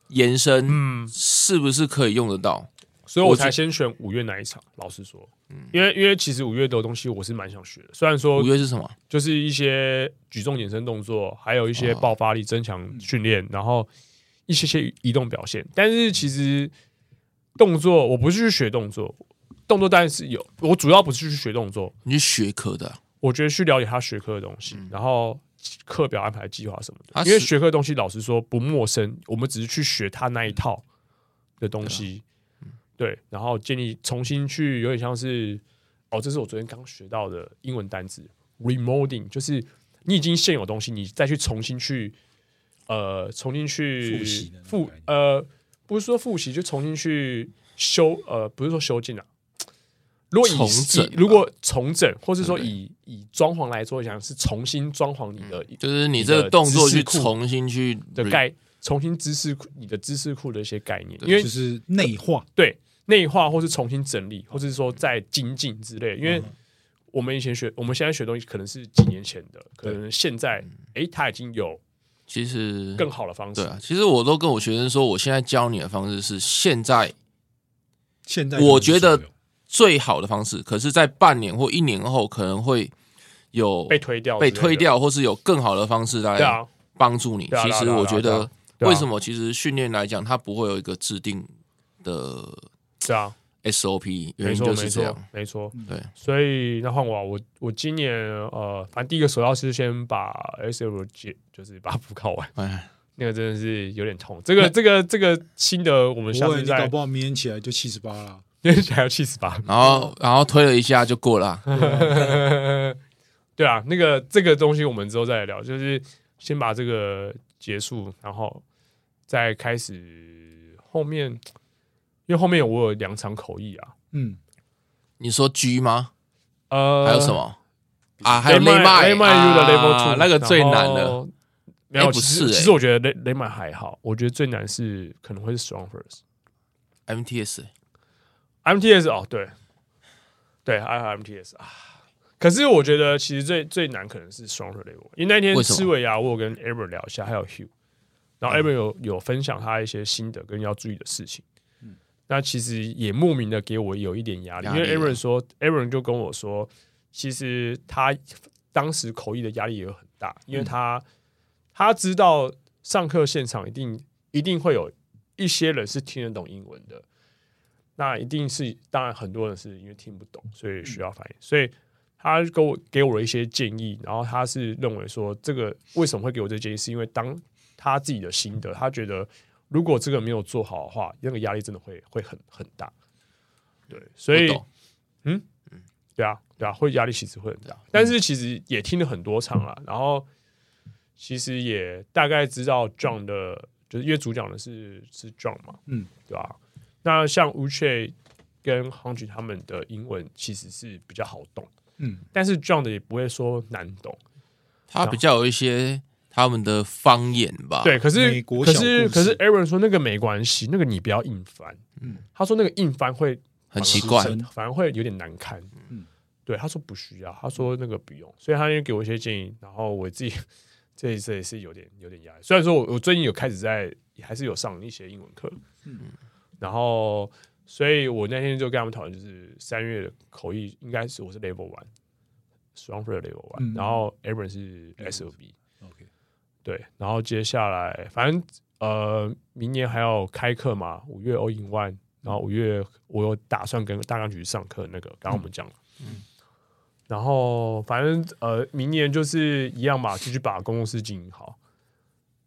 Speaker 3: 延伸
Speaker 2: 嗯，
Speaker 3: 是不是可以用得到？
Speaker 2: 所以我
Speaker 3: 我
Speaker 2: 才
Speaker 3: 觉
Speaker 2: 先选五月那一场。老实说，因为因为其实五月的东西我是蛮想学的，虽然说
Speaker 3: 嗯五月是什么？
Speaker 2: 就是一些举重衍生动作，还有一些
Speaker 3: 哦
Speaker 2: 爆发力增强训练，然后一些些移动表现。但是其实动作我不是去学动作，动作当然是有，我主要不是去学动作，
Speaker 3: 你是学科的啊，
Speaker 2: 我觉得去了解他学科的东西，
Speaker 3: 嗯
Speaker 2: 然后课表安排计划什么的。
Speaker 3: 啊他
Speaker 2: 因为
Speaker 3: 是
Speaker 2: 学科的东西，老实说不陌生，我们只是去学他那一套的东西，对，啊然后建立重新去，有点像是哦，这是我昨天刚学到的英文单词 remolding，就是你已经现有东西，你再去重新去呃，重新去
Speaker 1: 复习的那种
Speaker 2: 复
Speaker 1: 概念
Speaker 2: 呃，不是说复习，就重新去修呃，不是说修进啊。如果以啊
Speaker 3: 重整
Speaker 2: 以
Speaker 3: 吧
Speaker 2: 如果重整，或是说
Speaker 3: 对不
Speaker 2: 以以装潢来说，想是重新装潢你的、
Speaker 3: 就是你
Speaker 2: 你
Speaker 3: 这
Speaker 2: 的
Speaker 3: 个动作
Speaker 2: 知识
Speaker 3: 去
Speaker 2: 库
Speaker 3: 重新去
Speaker 2: 的
Speaker 3: re-
Speaker 2: 概，重新知识库你的知识库的一些概念，
Speaker 3: 对
Speaker 2: 因为
Speaker 1: 就是内化，
Speaker 2: 对内化或是重新整理，或是说再精进之
Speaker 3: 嗯
Speaker 2: 类的。因为我们以前学，我们现在学的东西可能是几年前的，可
Speaker 1: 对
Speaker 2: 能现在诶，他已经有
Speaker 3: 其实
Speaker 2: 更好的方式
Speaker 3: 嗯对。啊，其实我都跟我学生说，我现在教你的方式是现在
Speaker 1: 现在
Speaker 3: 我
Speaker 1: 就是
Speaker 3: 觉得
Speaker 1: 主流
Speaker 3: 最好的方式，可是，在半年或一年后可能会有
Speaker 2: 被推掉之类
Speaker 3: 被
Speaker 2: 的，
Speaker 3: 推掉，或是有更好的方式
Speaker 2: 对
Speaker 3: 来
Speaker 2: 啊，
Speaker 3: 帮助你
Speaker 2: 对。啊
Speaker 3: 其
Speaker 2: 对啊
Speaker 3: 实
Speaker 2: 对啊
Speaker 3: 我觉
Speaker 2: 对啊
Speaker 3: 得，
Speaker 2: 对啊
Speaker 3: 为什么其实训练来讲，它不会有一个制定的
Speaker 2: 对啊，
Speaker 3: SOP，原
Speaker 2: 没
Speaker 3: 因
Speaker 2: 错，
Speaker 3: 就
Speaker 2: 没
Speaker 3: 是这
Speaker 2: 错
Speaker 3: 样。，
Speaker 2: 没错。
Speaker 3: 对，
Speaker 2: 所以那换我啊、我我今年呃，反正第一个首要是先把 S L 解，就是把它补考完， <laughs>
Speaker 3: 哎，
Speaker 2: 那个真的是有点痛。
Speaker 3: <laughs>
Speaker 2: 这个这个这个新的，我们下
Speaker 1: 不会，
Speaker 2: 次
Speaker 1: 你搞
Speaker 2: 再 <laughs>
Speaker 1: 不好明天起来就七十八了。
Speaker 2: 因为还要气死吧。
Speaker 3: 然后然后推了一下就过了啊、
Speaker 2: 对啊，那个这个东西我们之后再来聊，就是先把这个结束，然后再开始后面，因为后面我有两场口译啊，
Speaker 1: 嗯，
Speaker 3: 你说 G 吗？
Speaker 2: 呃，
Speaker 3: 还有什？么啊？还有雷
Speaker 2: 雷
Speaker 3: 麦
Speaker 2: 雷麦 U 的 Level
Speaker 3: 啊
Speaker 2: Two，
Speaker 3: 那个最难的。
Speaker 2: 了。没有，
Speaker 3: 哎
Speaker 2: 其
Speaker 3: 不
Speaker 2: 实
Speaker 3: 是
Speaker 2: 其
Speaker 3: 哎
Speaker 2: 实我觉得雷雷麦还好，我觉得最难是可能会是 Strong First。
Speaker 3: MTS
Speaker 2: MTS 哦，对，对，还有 MTS 啊。可是我觉得其实最最难可能是 Stronger Level，因为那天
Speaker 3: 为什么嗯
Speaker 2: 思维啊，我有跟 Ever 聊一下，还有 Hugh，然后 Ever 有有分享他一些心得跟要注意的事情。那其实也莫名的给我有一点压力，
Speaker 3: 嗯压
Speaker 2: 因
Speaker 3: 力
Speaker 2: 为
Speaker 3: 啊
Speaker 2: Aaron 说，Aaron 就跟我说，其实他当时口译的压力也很大，因
Speaker 3: 嗯
Speaker 2: 为他、他知道上课现场一定一定会有一些人是听得懂英文的，那一定是当然很多人是因为听不懂，所以需要翻译，所以他给我给我了一些建议，然后他是认为说这个为什么会给我这建议，是因为当他自己的心得，他觉得如果这个没有做好的话，那个压力真的会会很很大。对，所以
Speaker 3: 不懂
Speaker 2: 对啊，对啊，会压力其实会很
Speaker 1: 啊
Speaker 2: 大，但
Speaker 1: 嗯
Speaker 2: 是其实也听了很多场了，然后其实也大概知道 John 的，就是因为主讲的是是 John 嘛，
Speaker 1: 嗯，
Speaker 2: 对吧、那像 Uche 跟 h u n g 他们的英文其实是比较好懂，
Speaker 1: 嗯，
Speaker 2: 但是 John 的也不会说难懂，
Speaker 3: 他比较有一些他们的方言吧？，
Speaker 2: 对，可是
Speaker 1: 啊美国
Speaker 2: 可
Speaker 1: 小
Speaker 2: 是
Speaker 1: 故
Speaker 2: 可是
Speaker 1: 事
Speaker 2: Aaron 说那个没关系，那个你不要硬翻，
Speaker 1: 嗯，
Speaker 2: 他说那个硬翻会
Speaker 3: 很奇怪
Speaker 1: 是。真
Speaker 2: 反而会有点难堪。嗯
Speaker 1: 嗯，
Speaker 2: 对，他说不需要，他说那个不用，所以他就给我一些建议，然后我自己这一次也是有点有点压力。虽然说我我最近有开始在还是有上一些英文课，嗯
Speaker 1: 嗯，
Speaker 2: 然后所以我那天就跟他们讨论，就是三月的口译应该是我是 Level One。Strong for level one，、
Speaker 1: 嗯
Speaker 2: 然后 Aaron 是 S O B，
Speaker 1: OK，
Speaker 2: 对，然后接下来反正呃，明年还要开课嘛，五月 All in One，然后五月我有打算跟大纲局上课，那个刚刚我们讲了。然后反正呃，明年就是一样吧，继续把公共事经营好。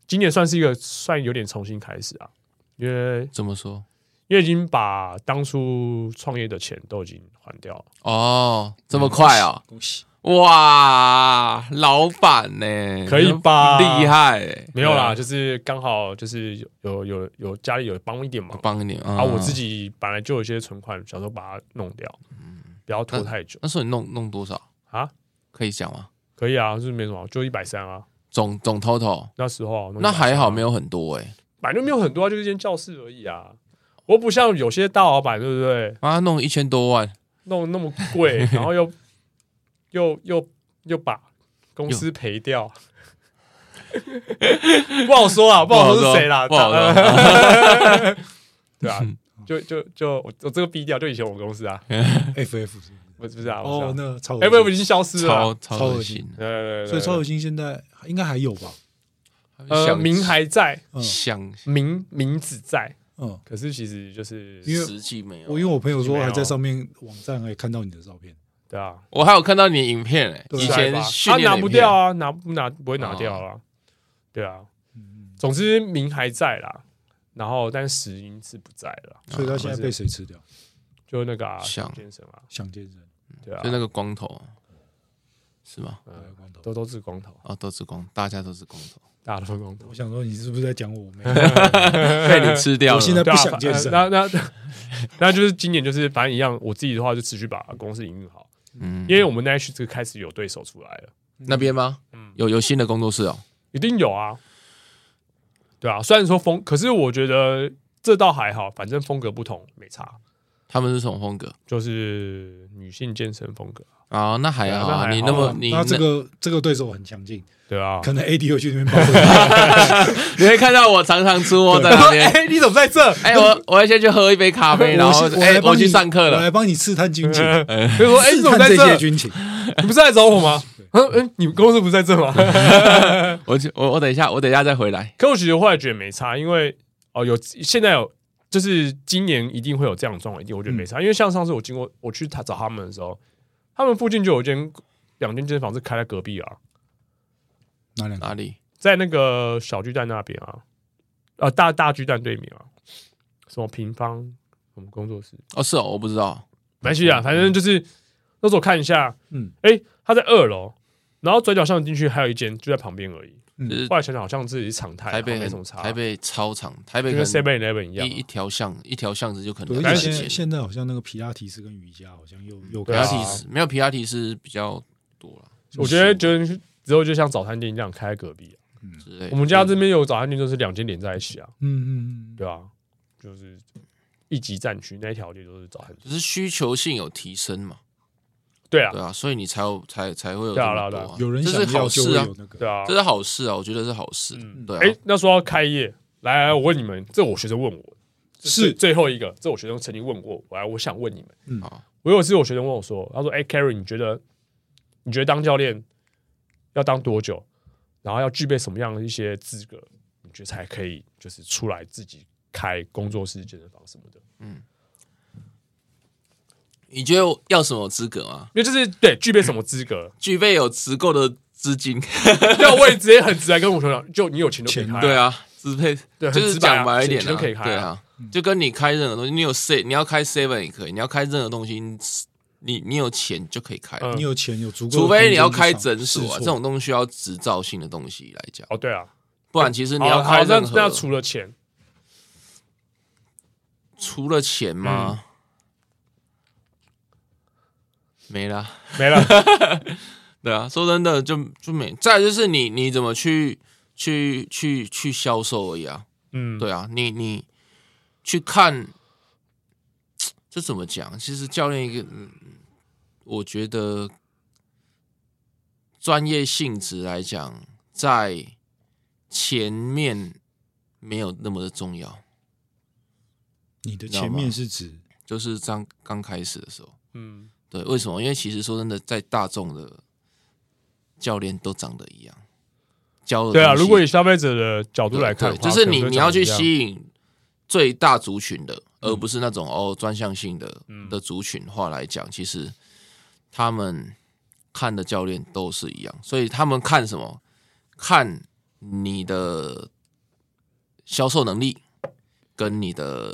Speaker 2: 今年算是一个算有点重新开始啊，因为
Speaker 3: 怎么说？
Speaker 2: 因为已经把当初创业的钱都已经还掉了。
Speaker 3: 哦，这么快啊！
Speaker 1: 恭
Speaker 3: <laughs>
Speaker 1: 喜！
Speaker 3: 哇，老板呢、
Speaker 2: 嗯可以吧
Speaker 3: 厉害欸、
Speaker 2: 没有啦，
Speaker 3: 对
Speaker 2: 就是刚好就是有有有家里有帮一点忙
Speaker 3: 啊，帮你啊
Speaker 2: 啊，我自己本来就有一些存款，想说把它弄掉，
Speaker 3: 嗯
Speaker 2: 不要拖太久
Speaker 3: 那时候你弄弄多少？
Speaker 2: 啊。
Speaker 3: 可以讲吗？
Speaker 2: 可以啊，就是没什么，就一百三啊。
Speaker 3: 总总 total，
Speaker 2: 那时候啊
Speaker 3: 那还好没
Speaker 2: 有，
Speaker 3: 有很多哎、欸，
Speaker 2: 反正没有很多啊，就是一间教室而已啊。我不像有些大老板，对不对？
Speaker 3: 啊，弄一千多万，
Speaker 2: 弄那么
Speaker 3: <laughs>
Speaker 2: 贵，然后又又又又把公司赔掉， <laughs> 不好说啊，不好说是谁啦，
Speaker 3: 不好
Speaker 2: 但
Speaker 3: 说。
Speaker 2: <laughs> 对
Speaker 3: <laughs>
Speaker 2: 啊，就就就我我这个逼掉，就以前我们公司啊，
Speaker 1: FF 是不
Speaker 2: 不是不是啊，
Speaker 1: 是
Speaker 2: 我
Speaker 1: 哦，
Speaker 2: 是啊
Speaker 1: 那超
Speaker 2: 哎，不不已
Speaker 1: 不，
Speaker 2: 经消失了
Speaker 3: 超
Speaker 2: 啊，
Speaker 3: 超
Speaker 1: 超
Speaker 3: 恶
Speaker 1: 恶
Speaker 3: 心
Speaker 1: 心
Speaker 2: 对对对，
Speaker 1: 所以超
Speaker 2: 对
Speaker 1: 恶心现在应该还有吧？
Speaker 3: 的，
Speaker 2: 呃，
Speaker 3: 想
Speaker 2: 名还在，
Speaker 1: 嗯
Speaker 3: 想
Speaker 2: 名名字在，
Speaker 1: 嗯，
Speaker 2: 可是其实就是
Speaker 1: 因为
Speaker 3: 实际没有
Speaker 1: 我因为我朋友说
Speaker 2: 没有
Speaker 1: 还在上面网站还看到你的照片，
Speaker 2: 对啊，
Speaker 3: 我还有看到你的影片哎、
Speaker 1: 对
Speaker 3: 以
Speaker 2: 帅
Speaker 3: 前
Speaker 2: 吧
Speaker 3: 训
Speaker 2: 啊
Speaker 3: 练的
Speaker 2: 拿
Speaker 3: 影
Speaker 2: 不
Speaker 3: 片
Speaker 2: 掉啊，拿不拿不会拿掉啊，对啊，
Speaker 1: 嗯，嗯
Speaker 2: 总之名还在啦，然后但石英是啊不在了，
Speaker 1: 所以他现在被谁吃掉？
Speaker 2: 就那个啊，
Speaker 3: 像
Speaker 2: 健身啊，
Speaker 1: 想健身，
Speaker 2: 对啊
Speaker 3: 就，那个光头是吗？
Speaker 1: 白光头。
Speaker 2: 都都是光头，
Speaker 3: 哦，都是光，大家都是光
Speaker 1: <laughs>
Speaker 3: 头，
Speaker 2: 大家都是光头
Speaker 1: 我。想说你是不是在讲我？没有，
Speaker 3: 被你吃掉了。
Speaker 1: 我现在
Speaker 2: 对啊
Speaker 1: 不想健身
Speaker 2: 反呃那那那就是今年就是反正一样，我自己的话就持续把公司营运好，
Speaker 3: 嗯
Speaker 2: 因为我们那一区这个开始有对手出来了。
Speaker 3: 那边吗？
Speaker 2: 嗯
Speaker 3: 有有新的工作室哦，
Speaker 2: 一定有啊，对啊。虽然说风，可是我觉得这倒还好，反正风格不同没差，
Speaker 3: 他们是什么风格
Speaker 2: 就是女性健身风格，
Speaker 3: 啊？那还好
Speaker 2: 对啊那还好
Speaker 3: 啊，
Speaker 2: 啊
Speaker 3: 你那么
Speaker 1: 哦
Speaker 3: <laughs> 你
Speaker 1: 那这
Speaker 3: 那
Speaker 1: 个这个对手很强劲，
Speaker 2: 对啊。
Speaker 1: 可能 AD 又去
Speaker 3: <laughs>
Speaker 1: 那边报备。
Speaker 3: 你会看到我常常出没在那边。
Speaker 2: 哎，你怎么 <laughs> 在这？
Speaker 3: 哎，我我要先去喝一杯咖啡，然后
Speaker 1: 我是
Speaker 3: 哎，
Speaker 1: 来帮
Speaker 3: 我
Speaker 1: 你
Speaker 3: 去上课
Speaker 1: 我
Speaker 3: 了。嗯
Speaker 1: 来帮你刺探军情，
Speaker 2: 所以说，哎，你
Speaker 1: 刺
Speaker 2: 怎么
Speaker 1: 探
Speaker 2: 在
Speaker 1: 些
Speaker 2: 这？
Speaker 1: 军情。
Speaker 2: 你不是来找我吗？他说， <laughs> 嗯，你公司不是在这吗？ <laughs>
Speaker 3: 我去，我我等一下，我等一下再回来。
Speaker 2: 可我其实后来觉得没差，因为哦，有现在有，就是今年一定会有这样的状况，一定我觉得没差，因为像上次我经过我去他找他们的时候，他们附近就有一间两间健身房是开在隔壁啊，
Speaker 1: 哪两个？
Speaker 3: 哪里？
Speaker 2: 在那个小巨蛋那边啊，呃，大大巨蛋对面啊，什么平方我们工作室，
Speaker 3: 哦，是哦，我不知道。
Speaker 2: 没关系啊，反正就是那时候看一下，
Speaker 1: 嗯
Speaker 2: 哎、他在二楼，然后转角巷进去还有一间就在旁边而已。
Speaker 3: 就是
Speaker 2: 后来想想好像自己是常态啊，
Speaker 3: 台北
Speaker 2: 没
Speaker 3: 很
Speaker 2: 什么差，
Speaker 3: 台北超长，台北
Speaker 2: 就
Speaker 3: 可
Speaker 2: 跟
Speaker 3: 能
Speaker 2: Seven Eleven 一样
Speaker 3: 一
Speaker 2: 啊、
Speaker 3: 一条巷一条巷子就可能
Speaker 1: 对，
Speaker 3: 两
Speaker 1: 而
Speaker 2: 但
Speaker 1: 且现
Speaker 2: 是
Speaker 3: 三
Speaker 1: 在
Speaker 3: 间。
Speaker 1: 现在好像那个皮拉提斯跟瑜伽好像又又
Speaker 3: 皮
Speaker 2: 对
Speaker 1: 开
Speaker 3: 拉
Speaker 2: 啊
Speaker 1: 始
Speaker 3: 提斯没有皮拉提斯比较多了
Speaker 2: 我觉得觉得之后就像早餐店一样开在隔壁啊、
Speaker 3: 之类的。
Speaker 2: 我们家这边有早餐店，就是两间连在一起啊，
Speaker 1: 嗯嗯嗯，
Speaker 2: 对啊，就是一级战区那一条街都是早餐店。
Speaker 3: 只是需求性有提升嘛，
Speaker 2: 对啊
Speaker 3: 对，啊，所以你才有才才会有这
Speaker 2: 对啊
Speaker 3: 么
Speaker 2: 对啊
Speaker 3: 多啊，
Speaker 1: 有人
Speaker 3: 这
Speaker 1: 想
Speaker 3: 是好
Speaker 1: 要就会
Speaker 3: 事啊
Speaker 1: 有，那个
Speaker 2: 对啊
Speaker 3: 这，是好事啊，我觉得是好事。
Speaker 2: 嗯
Speaker 3: 对
Speaker 2: 哎、
Speaker 3: 啊，
Speaker 2: 那说要开业，来来，我问你们，这我学生问我，这
Speaker 1: 是
Speaker 2: 最最后一个，这我学生曾经问过，我来，我想问你们，
Speaker 1: 嗯
Speaker 3: 好
Speaker 2: 我有一次我学生问我说，他说，哎、k a r r y 你觉得你觉得当教练要当多久，然后要具备什么样的一些资格，你觉得才可以就是出来自己开工作室、健身房什么的？
Speaker 3: 你觉得要什么资格啊？，
Speaker 2: 因为就是对具备什么资格
Speaker 3: <laughs> 具备有足够的资金，
Speaker 2: 要我也直接很直白跟我学生讲，就你有钱就可以
Speaker 1: 钱
Speaker 2: 开、
Speaker 3: 对，啊，支配
Speaker 2: 哎对，
Speaker 3: 就
Speaker 2: 很
Speaker 3: 是
Speaker 2: 直白啊嗯
Speaker 3: 讲白一点
Speaker 2: 钱就可以开、
Speaker 3: 对啊，就跟你开任何东西，你有 C，你要开 seven 也可以，你要开任何东西，你你你有钱就可以开，
Speaker 2: 嗯
Speaker 1: 你有钱有足够的
Speaker 3: 除
Speaker 1: 空间去上，
Speaker 3: 非你要开诊所啊，
Speaker 1: 试错
Speaker 3: 这种东西需要执照性的东西来讲，
Speaker 2: 哦，对啊，
Speaker 3: 不然其实你
Speaker 2: 好
Speaker 3: 要
Speaker 2: 好
Speaker 3: 开
Speaker 2: 那
Speaker 3: 任何
Speaker 2: 那除了钱，
Speaker 3: 除了钱吗？没啦，
Speaker 2: 没了。
Speaker 3: <laughs> 对啊，说真的就就没。再来就是你你怎么去去去去销售而已啊，
Speaker 2: 嗯，
Speaker 3: 对啊，你你去看，这怎么讲？其实教练一个，嗯我觉得专业性质来讲，在前面没有那么的重要，
Speaker 1: 你的
Speaker 3: 知道
Speaker 1: 前
Speaker 3: 吗
Speaker 1: 面是指
Speaker 3: 就是刚刚开始的时候。
Speaker 2: 嗯，
Speaker 3: 对，为什么？因为其实说真的，在大众的教练都长得一样，教的
Speaker 2: 对啊，
Speaker 3: 东西
Speaker 2: 如果以消费者的角度
Speaker 3: 对
Speaker 2: 来看的
Speaker 3: 对
Speaker 2: 话，
Speaker 3: 就是
Speaker 2: 可能
Speaker 3: 你
Speaker 2: 都
Speaker 3: 你要
Speaker 2: 长
Speaker 3: 去
Speaker 2: 一样嗯
Speaker 3: 吸引最大族群的，而不是那种哦专项性的的族群化来讲，其实他们看的教练都是一样，所以他们看什么？看你的销售能力，跟你的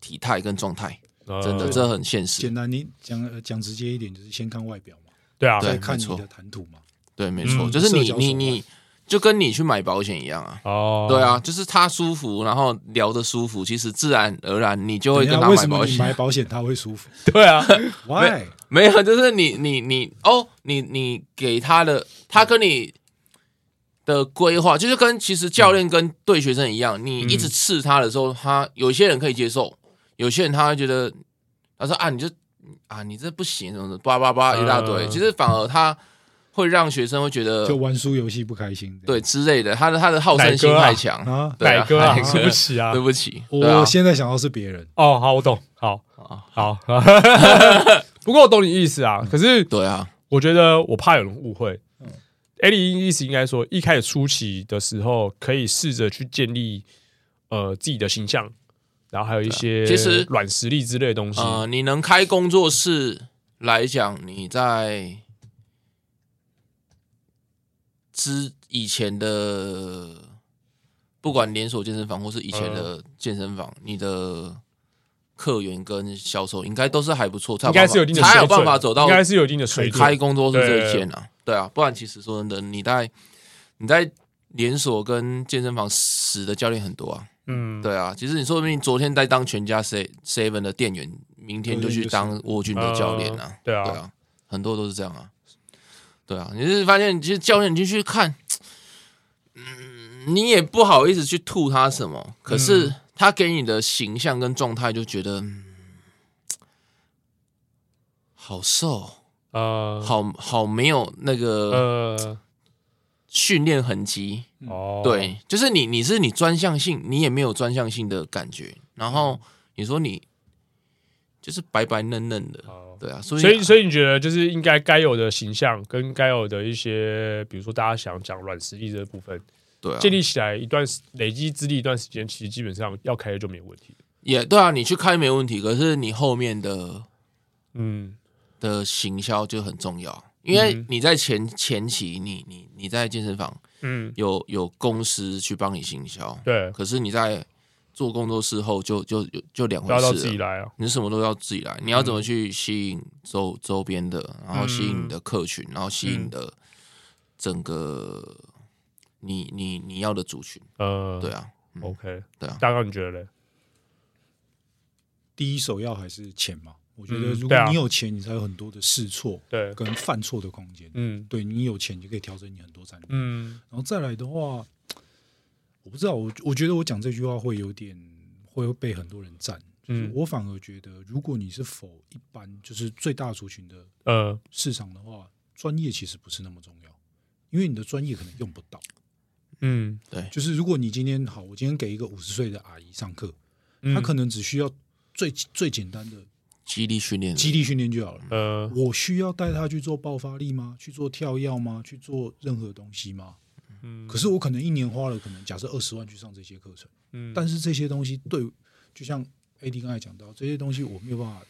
Speaker 3: 体态跟状态，真的
Speaker 2: 呃
Speaker 3: 这很现实
Speaker 1: 简。单，你讲呃讲直接一点，就是先看外表嘛，
Speaker 2: 对啊，
Speaker 1: 再
Speaker 3: 对
Speaker 1: 看
Speaker 3: 没
Speaker 1: 你
Speaker 3: 错
Speaker 1: 的谈吐嘛。
Speaker 3: 对，没错，
Speaker 2: 嗯
Speaker 3: 就是
Speaker 1: 社
Speaker 3: 你
Speaker 1: 交
Speaker 3: 你
Speaker 1: 手腕
Speaker 3: 你就跟你去买保险一样啊。
Speaker 2: 哦，
Speaker 3: 对啊，就是他舒服，然后聊得舒服，其实自然而然你就
Speaker 1: 等
Speaker 3: 会
Speaker 1: 一
Speaker 3: 跟
Speaker 1: 下
Speaker 3: 他
Speaker 1: 为
Speaker 3: 买
Speaker 1: 什
Speaker 3: 保
Speaker 1: 么你买
Speaker 3: 险。
Speaker 1: 保险他会舒服
Speaker 2: 对啊，
Speaker 1: ？Why？
Speaker 3: <laughs> 没有，就是你你你哦，你你给他的，他跟你的规划，就是跟其实教练跟对学生一样，
Speaker 1: 嗯
Speaker 3: 你一直刺他的时候，他有些人可以接受，有些人他会觉得，他说啊，你就啊，你这不行什么的，叭叭叭一大堆。
Speaker 2: 嗯
Speaker 3: 其实反而他会让学生会觉得
Speaker 1: 就玩输游戏不开心。
Speaker 3: 对之类的，他的他的好胜心
Speaker 2: 奶哥啊
Speaker 3: 太强。
Speaker 1: 啊，
Speaker 3: 对啊
Speaker 2: 奶哥
Speaker 3: <laughs>
Speaker 2: 啊，
Speaker 3: 奶哥
Speaker 2: 对不起啊
Speaker 3: 对，不起，对啊
Speaker 1: 我现在想到是别人，
Speaker 2: 哦，好，我懂，好
Speaker 3: 啊，
Speaker 2: 好， <laughs> 不过我懂你意思啊，可是
Speaker 3: 对啊，
Speaker 2: 我觉得我怕有人误会
Speaker 1: 嗯。
Speaker 2: 艾利意思应该说，一开始初期的时候，可以试着去建立呃自己的形象，然后还有一些
Speaker 3: 啊其实
Speaker 2: 软实力之类的东西。
Speaker 3: 呃，你能开工作室来讲，你在之以前的，不管连锁健身房或是以前的
Speaker 2: 呃
Speaker 3: 健身房，你的客源跟销售应该都是还不错，
Speaker 2: 应
Speaker 3: 才有
Speaker 2: 该
Speaker 3: 办
Speaker 2: 是有一定
Speaker 3: 法
Speaker 2: 的
Speaker 3: 才有
Speaker 2: 水
Speaker 3: 办
Speaker 2: 准，
Speaker 3: 法走到
Speaker 2: 应该是有一定的水准。
Speaker 3: 开工作室这
Speaker 2: 对
Speaker 3: 一线啊。对啊，不然其实说真的，你在你在连锁跟健身房死的教练很多啊。
Speaker 2: 嗯，
Speaker 3: 对啊，其实你说不定昨天在当全家 Se- Seven 的店员，明天就去当沃军的教练啊。
Speaker 2: 对
Speaker 3: 对
Speaker 2: 啊，
Speaker 3: 啊，很多都是这样啊。对啊，你是发现其实教练你就去看，嗯，你也不好意思去吐他什么，可是他给你的形象跟状态就觉得、嗯好瘦，
Speaker 2: 呃，
Speaker 3: 好好没有那个
Speaker 2: 呃，
Speaker 3: 训练痕迹。
Speaker 1: 嗯
Speaker 2: 哦，，
Speaker 3: 对，就是你你是你专项性，你也没有专项性的感觉。然
Speaker 2: 嗯
Speaker 3: 后你说你就是白白嫩嫩的，
Speaker 2: 哦
Speaker 3: 对啊，所以
Speaker 2: 所以，
Speaker 3: 以
Speaker 2: 所以你觉得就是应该该有的形象跟该有的一些，比如说大家想讲软实力这部分，
Speaker 3: 对啊，
Speaker 2: 建立起来一段时累积资历一段时间，其实基本上要开就没有问题。
Speaker 3: 也对啊，你去开没问题，可是你后面的
Speaker 2: 嗯，
Speaker 3: 的行销就很重要，因为
Speaker 2: 嗯
Speaker 3: 你在前前期你你你在健身房
Speaker 2: 嗯，
Speaker 3: 有有公司去帮你行销，
Speaker 2: 对，
Speaker 3: 可是你在做工作室后就就就就两
Speaker 2: 不
Speaker 3: 回
Speaker 2: 要
Speaker 3: 事
Speaker 2: 到
Speaker 3: 了，
Speaker 2: 自己来啊。
Speaker 3: 你什么都要自己来，你要
Speaker 2: 嗯
Speaker 3: 怎么去吸引周周边的，然后吸引你的客群，然后吸
Speaker 2: 嗯
Speaker 3: 引你的整个你你你要的族群，
Speaker 2: 呃，
Speaker 3: 对啊，嗯
Speaker 2: o k
Speaker 3: 对啊
Speaker 2: 大刚你觉得嘞？
Speaker 1: 第一首要还是钱嘛。我觉得
Speaker 2: 嗯
Speaker 1: 如
Speaker 2: 对
Speaker 1: 果
Speaker 2: 啊
Speaker 1: 你有钱，你才有很多的试错
Speaker 2: 对，
Speaker 1: 跟犯错的空间。
Speaker 2: 嗯
Speaker 1: 对你有钱，你就可以调整你很多战略。
Speaker 2: 嗯
Speaker 1: 然后再来的话，我不知道，我我觉得我讲这句话会有点会被很多人赞。就是
Speaker 2: 嗯
Speaker 1: 我反而觉得，如果你是否一般就是最大族群的
Speaker 2: 呃，
Speaker 1: 市场的话，专业其实不是那么重要，因为你的专业可能用不到。
Speaker 2: 嗯，
Speaker 1: 就是如果你今天好，我今天给一个五十岁的阿姨上课，
Speaker 2: 嗯
Speaker 1: 她可能只需要最最简单的
Speaker 3: 激励训练，
Speaker 1: 肌力训练就好了。
Speaker 2: 呃，
Speaker 1: 我需要带她去做爆发力吗？去做跳跃吗？去做任何东西吗？
Speaker 2: 嗯
Speaker 1: 可是我可能一年花了可能假设二十万去上这些课程，
Speaker 2: 嗯
Speaker 1: 但是这些东西对，就像 AD 刚才讲到，这些东西我没有办法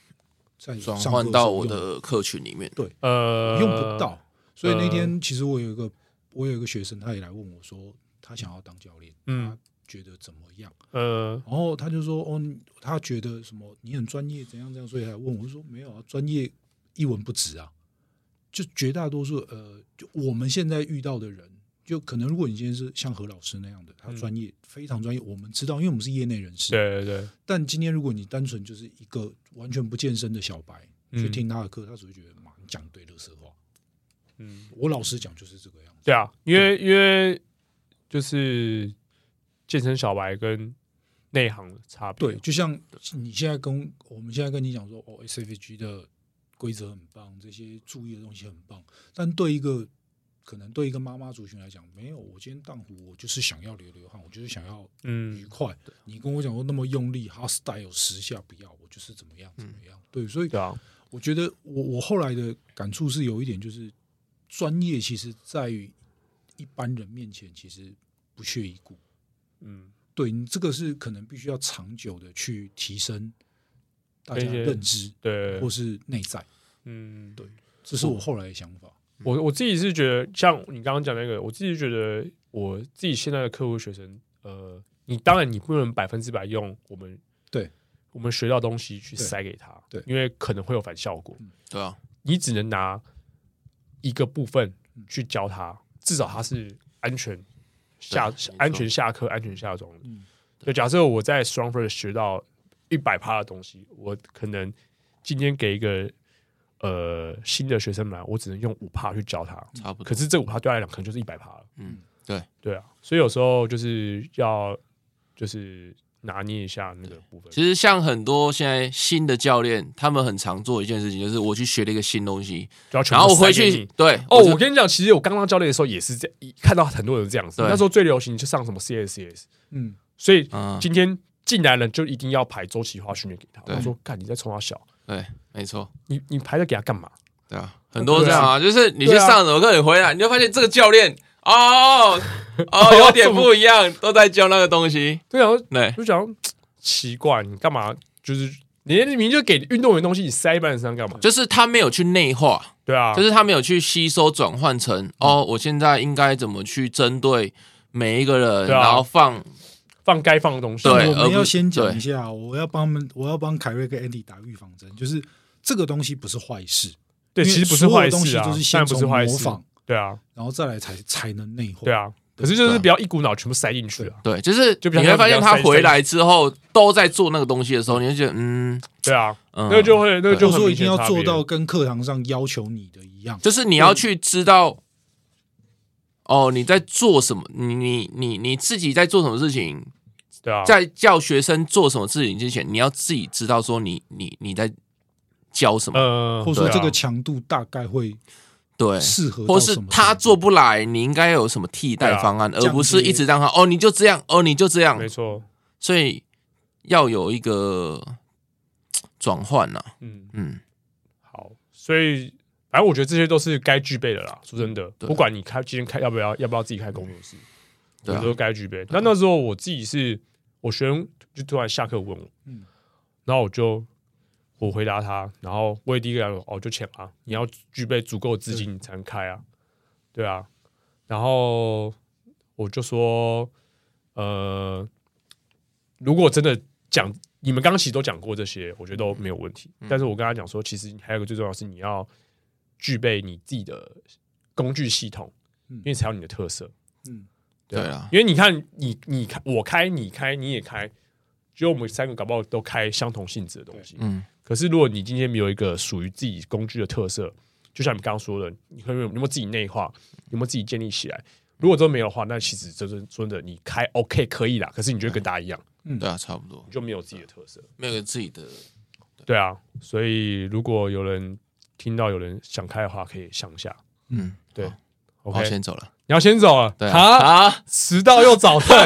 Speaker 1: 在
Speaker 3: 转
Speaker 1: 上课
Speaker 3: 换
Speaker 1: 时
Speaker 3: 到
Speaker 1: 候
Speaker 3: 我
Speaker 1: 用
Speaker 3: 的客群里面，
Speaker 2: 呃
Speaker 1: 用不到。所以那天其实我有一个我有一个学生，他也来问我说，他想要当教练，
Speaker 2: 嗯
Speaker 1: 他觉得怎么样？
Speaker 2: 呃
Speaker 1: 然后他就说，哦，你他觉得什么你很专业，怎样怎样，所以来问我我就说没有啊，专业一文不值啊。就绝大多数呃，就我们现在遇到的人，就可能如果你今天是像何老师那样的，他
Speaker 2: 嗯
Speaker 1: 专业、非常专业，我们知道，因为我们是业内人士。
Speaker 2: 对对对，
Speaker 1: 但今天如果你单纯就是一个完全不健身的小白、去
Speaker 2: 嗯
Speaker 1: 听他的课，他只会觉得妈你讲对乐色话。
Speaker 2: 嗯，
Speaker 1: 我老实讲就是这个样子。
Speaker 2: 对啊，因为因为就是健身小白跟内行的差别，啊
Speaker 1: 对，就像你现在跟我们现在跟你讲说，哦，SFG 的规则很棒，这些注意的东西很棒，但对一个可能对一个妈妈族群来讲，没有，我今天荡湖，我就是想要流流汗，我就是想要愉
Speaker 2: 嗯
Speaker 1: 快。你跟我讲说那么用力，hard style 十下不要，我就是怎么样怎么样。对，所以
Speaker 2: 对啊，
Speaker 1: 我觉得我我后来的感触是有一点，就是专业其实在于一般人面前其实不屑一顾，
Speaker 2: 嗯
Speaker 1: 对你这个是可能必须要长久的去提升大家
Speaker 2: 这
Speaker 1: 的
Speaker 2: 些
Speaker 1: 认知
Speaker 2: 对，
Speaker 1: 或是内在，
Speaker 2: 嗯，对。
Speaker 1: 这是我后来的想法。
Speaker 2: 我我自己是觉得，像你刚刚讲那个，我自己觉得我自己现在的客户学生，呃，你当然你不能百分之百用我们
Speaker 1: 对
Speaker 2: 我们学到东西去塞给他，
Speaker 1: 对对
Speaker 2: 因为可能会有反效果。
Speaker 3: 对啊，
Speaker 2: 你只能拿一个部分去教他，至少他是安全下
Speaker 3: 对没错
Speaker 2: 安全下课、安全下装的。
Speaker 1: 嗯
Speaker 2: 就假设我在 Strongford 学到一百趴的东西，我可能今天给一个呃新的学生来，我只能用五趴去教他。
Speaker 3: 差不多。
Speaker 2: 可是这五趴对他来讲可能就是一百趴了，
Speaker 3: 嗯，对，
Speaker 2: 对啊，所以有时候就是要就是拿捏一下那个部分，
Speaker 3: 其实像很多现在新的教练，他们很常做一件事情，就是我去学了一个新东西，
Speaker 2: 就要全
Speaker 3: 然
Speaker 2: 部
Speaker 3: 后我回
Speaker 2: 塞给
Speaker 3: 去
Speaker 2: 你，
Speaker 3: 对，
Speaker 2: 哦，
Speaker 3: 就
Speaker 2: 我跟你讲，其实我刚当教练的时候也是这样，看到很多人这样子。
Speaker 3: 对
Speaker 2: 那时候最流行就上什么 CSCS，
Speaker 1: 嗯，
Speaker 2: 所以
Speaker 3: 嗯，
Speaker 2: 今天进来了就一定要排周期化训练给他。
Speaker 3: 对
Speaker 2: 我说：“干，你在冲他小，
Speaker 3: 对，没错，
Speaker 2: 你你排了给他干嘛
Speaker 3: 对啊，很多这样啊，就是你去
Speaker 2: 对啊
Speaker 3: 上什么课，你回来你就发现这个教练
Speaker 2: <laughs>
Speaker 3: 哦哦有点不一样，都在教那个东西，？”
Speaker 2: 对啊，我
Speaker 3: 对，
Speaker 2: 就想奇怪，你干嘛？就是你明明就给运动员东西，你塞一半身上干嘛？
Speaker 3: 就是他没有去内化，
Speaker 2: 对啊，嗯
Speaker 3: 就是他没有去吸收转换成哦，我现在应该怎么去针对每一个人，
Speaker 2: 对啊
Speaker 3: 然后放
Speaker 2: 放该放的东西。
Speaker 3: 对
Speaker 1: 我
Speaker 3: 而
Speaker 1: 们
Speaker 3: 不
Speaker 1: 要先讲
Speaker 3: 对
Speaker 1: 一下，我要帮他们，我要帮凯瑞跟 Andy 打预防针，就是这个东西不是坏事，
Speaker 2: 对，
Speaker 1: 因为
Speaker 2: 其实不是
Speaker 1: 所有
Speaker 2: 坏
Speaker 1: 东
Speaker 2: 事
Speaker 1: 西
Speaker 2: 啊
Speaker 1: 就是，
Speaker 2: 当
Speaker 1: 先
Speaker 2: 然不是
Speaker 1: 从
Speaker 2: 坏
Speaker 1: 模
Speaker 2: 事。
Speaker 1: 仿，
Speaker 2: 对啊，
Speaker 1: 然后再来才才能内化。
Speaker 2: 对啊。可是就是不要一股脑全部塞进去啊。
Speaker 3: 对，就是
Speaker 2: 就比较
Speaker 3: 你会发现他
Speaker 2: 比较塞
Speaker 3: 回来之后都在做那个东西的时候，你就觉得嗯
Speaker 2: 对啊，
Speaker 3: 嗯，
Speaker 2: 那个就会那个
Speaker 3: 对
Speaker 2: 就
Speaker 1: 或者
Speaker 2: 很
Speaker 1: 说一
Speaker 2: 明显
Speaker 1: 定要
Speaker 2: 差
Speaker 1: 做
Speaker 2: 别
Speaker 1: 到跟课堂上要求你的一样。
Speaker 3: 就是你要去知道哦你在做什么，你你你你自己在做什么事情，
Speaker 2: 对啊，
Speaker 3: 在教学生做什么事情之前，你要自己知道说你你你在教什么，
Speaker 2: 呃，
Speaker 1: 或者说
Speaker 2: 对啊
Speaker 1: 这个强度大概会
Speaker 3: 对，
Speaker 1: 适合到
Speaker 3: 或
Speaker 1: 什么
Speaker 3: 是
Speaker 1: 程度，
Speaker 3: 他做不来，你应该有什么替代方案，
Speaker 1: 对啊
Speaker 3: 而不是一直让他哦，你就这样，哦，你就这样
Speaker 2: 没，错，
Speaker 3: 所以要有一个嘖转换呐，
Speaker 2: 嗯，
Speaker 3: 嗯，
Speaker 2: 好，所以反正我觉得这些都是该具备的啦。说真的，
Speaker 3: 对
Speaker 2: 不管你开今天开要不要要不要自己开工作室，我
Speaker 3: 对
Speaker 2: 觉
Speaker 3: 啊
Speaker 2: 得，都该具备。那那时候我自己是，我学生就突然下课问我，
Speaker 1: 嗯
Speaker 2: 然后我就我回答他，然后我也第一个讲哦，就钱啊，你要具备足够的资金你才能开啊，对啊，然后我就说，呃，如果真的讲，你们刚刚其实都讲过这些，我觉得都没有问题。
Speaker 1: 嗯
Speaker 2: 但是我跟他讲说，其实还有一个最重要的是，你要具备你自己的工具系统，
Speaker 1: 嗯
Speaker 2: 因为才有你的特色。
Speaker 1: 嗯，
Speaker 3: 对
Speaker 2: 啊
Speaker 3: 啦，
Speaker 2: 因为你看，你你开我开，你开你也开，只有我们三个搞不好都开相同性质的东西。
Speaker 3: 嗯，
Speaker 2: 可是如果你今天没有一个属于自己工具的特色，就像你刚刚说的，你会有有没有自己内化，有没有自己建立起来？如果都没有的话，那其实真真真的你开 OK 可以啦，可是你就会跟大家一样，
Speaker 3: 对啊，差不多
Speaker 2: 你，就没有自己的特色。
Speaker 3: 没有个自己的，
Speaker 2: 对啊，所以如果有人听到有人想开的话，可以想一下。
Speaker 3: 嗯，
Speaker 2: 对
Speaker 3: 我
Speaker 2: OK，
Speaker 3: 先走了，
Speaker 2: 你要先走了，
Speaker 3: 对
Speaker 2: 好，
Speaker 3: 啊，好，
Speaker 2: 迟到又早
Speaker 3: <laughs>
Speaker 2: 退。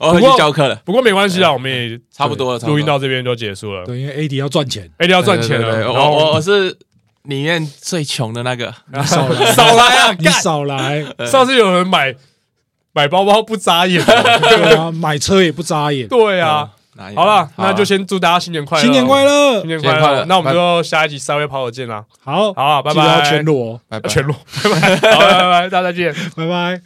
Speaker 3: 我回
Speaker 2: 不
Speaker 3: 去
Speaker 2: 过
Speaker 3: 教课了，
Speaker 2: 不过没关系啊，我们也
Speaker 3: <laughs> 差不多了差不多
Speaker 2: 录音到这边就结束了。
Speaker 1: 对，因为 AD 要赚钱，
Speaker 2: 哎，你要赚钱
Speaker 3: 对
Speaker 2: 了，
Speaker 3: 对对哦
Speaker 2: 然
Speaker 3: 我我
Speaker 2: 后
Speaker 3: 我是里面最穷的那个，
Speaker 1: 你少来，
Speaker 2: <laughs> 少来啊！
Speaker 1: 你
Speaker 2: 干
Speaker 1: 少来，
Speaker 2: 上次有人买买包包不眨
Speaker 3: <laughs>
Speaker 2: 眼，
Speaker 1: 对啊，买车也不眨眼。
Speaker 2: <laughs> 对啊。
Speaker 3: 哪有
Speaker 2: 好了，那就先祝大家新年快乐，
Speaker 1: 新年快，乐
Speaker 2: 新，年快
Speaker 3: 新年快乐
Speaker 2: 乐。那我们就下一集三位跑友
Speaker 3: <laughs>
Speaker 2: 见啦，
Speaker 1: 好
Speaker 2: 好，拜
Speaker 1: 记得要
Speaker 2: 拜，
Speaker 1: 全裸哦，
Speaker 3: 拜
Speaker 2: <laughs>
Speaker 3: 拜
Speaker 2: 全裸，拜拜，好，拜拜，大家再见。
Speaker 1: 拜拜。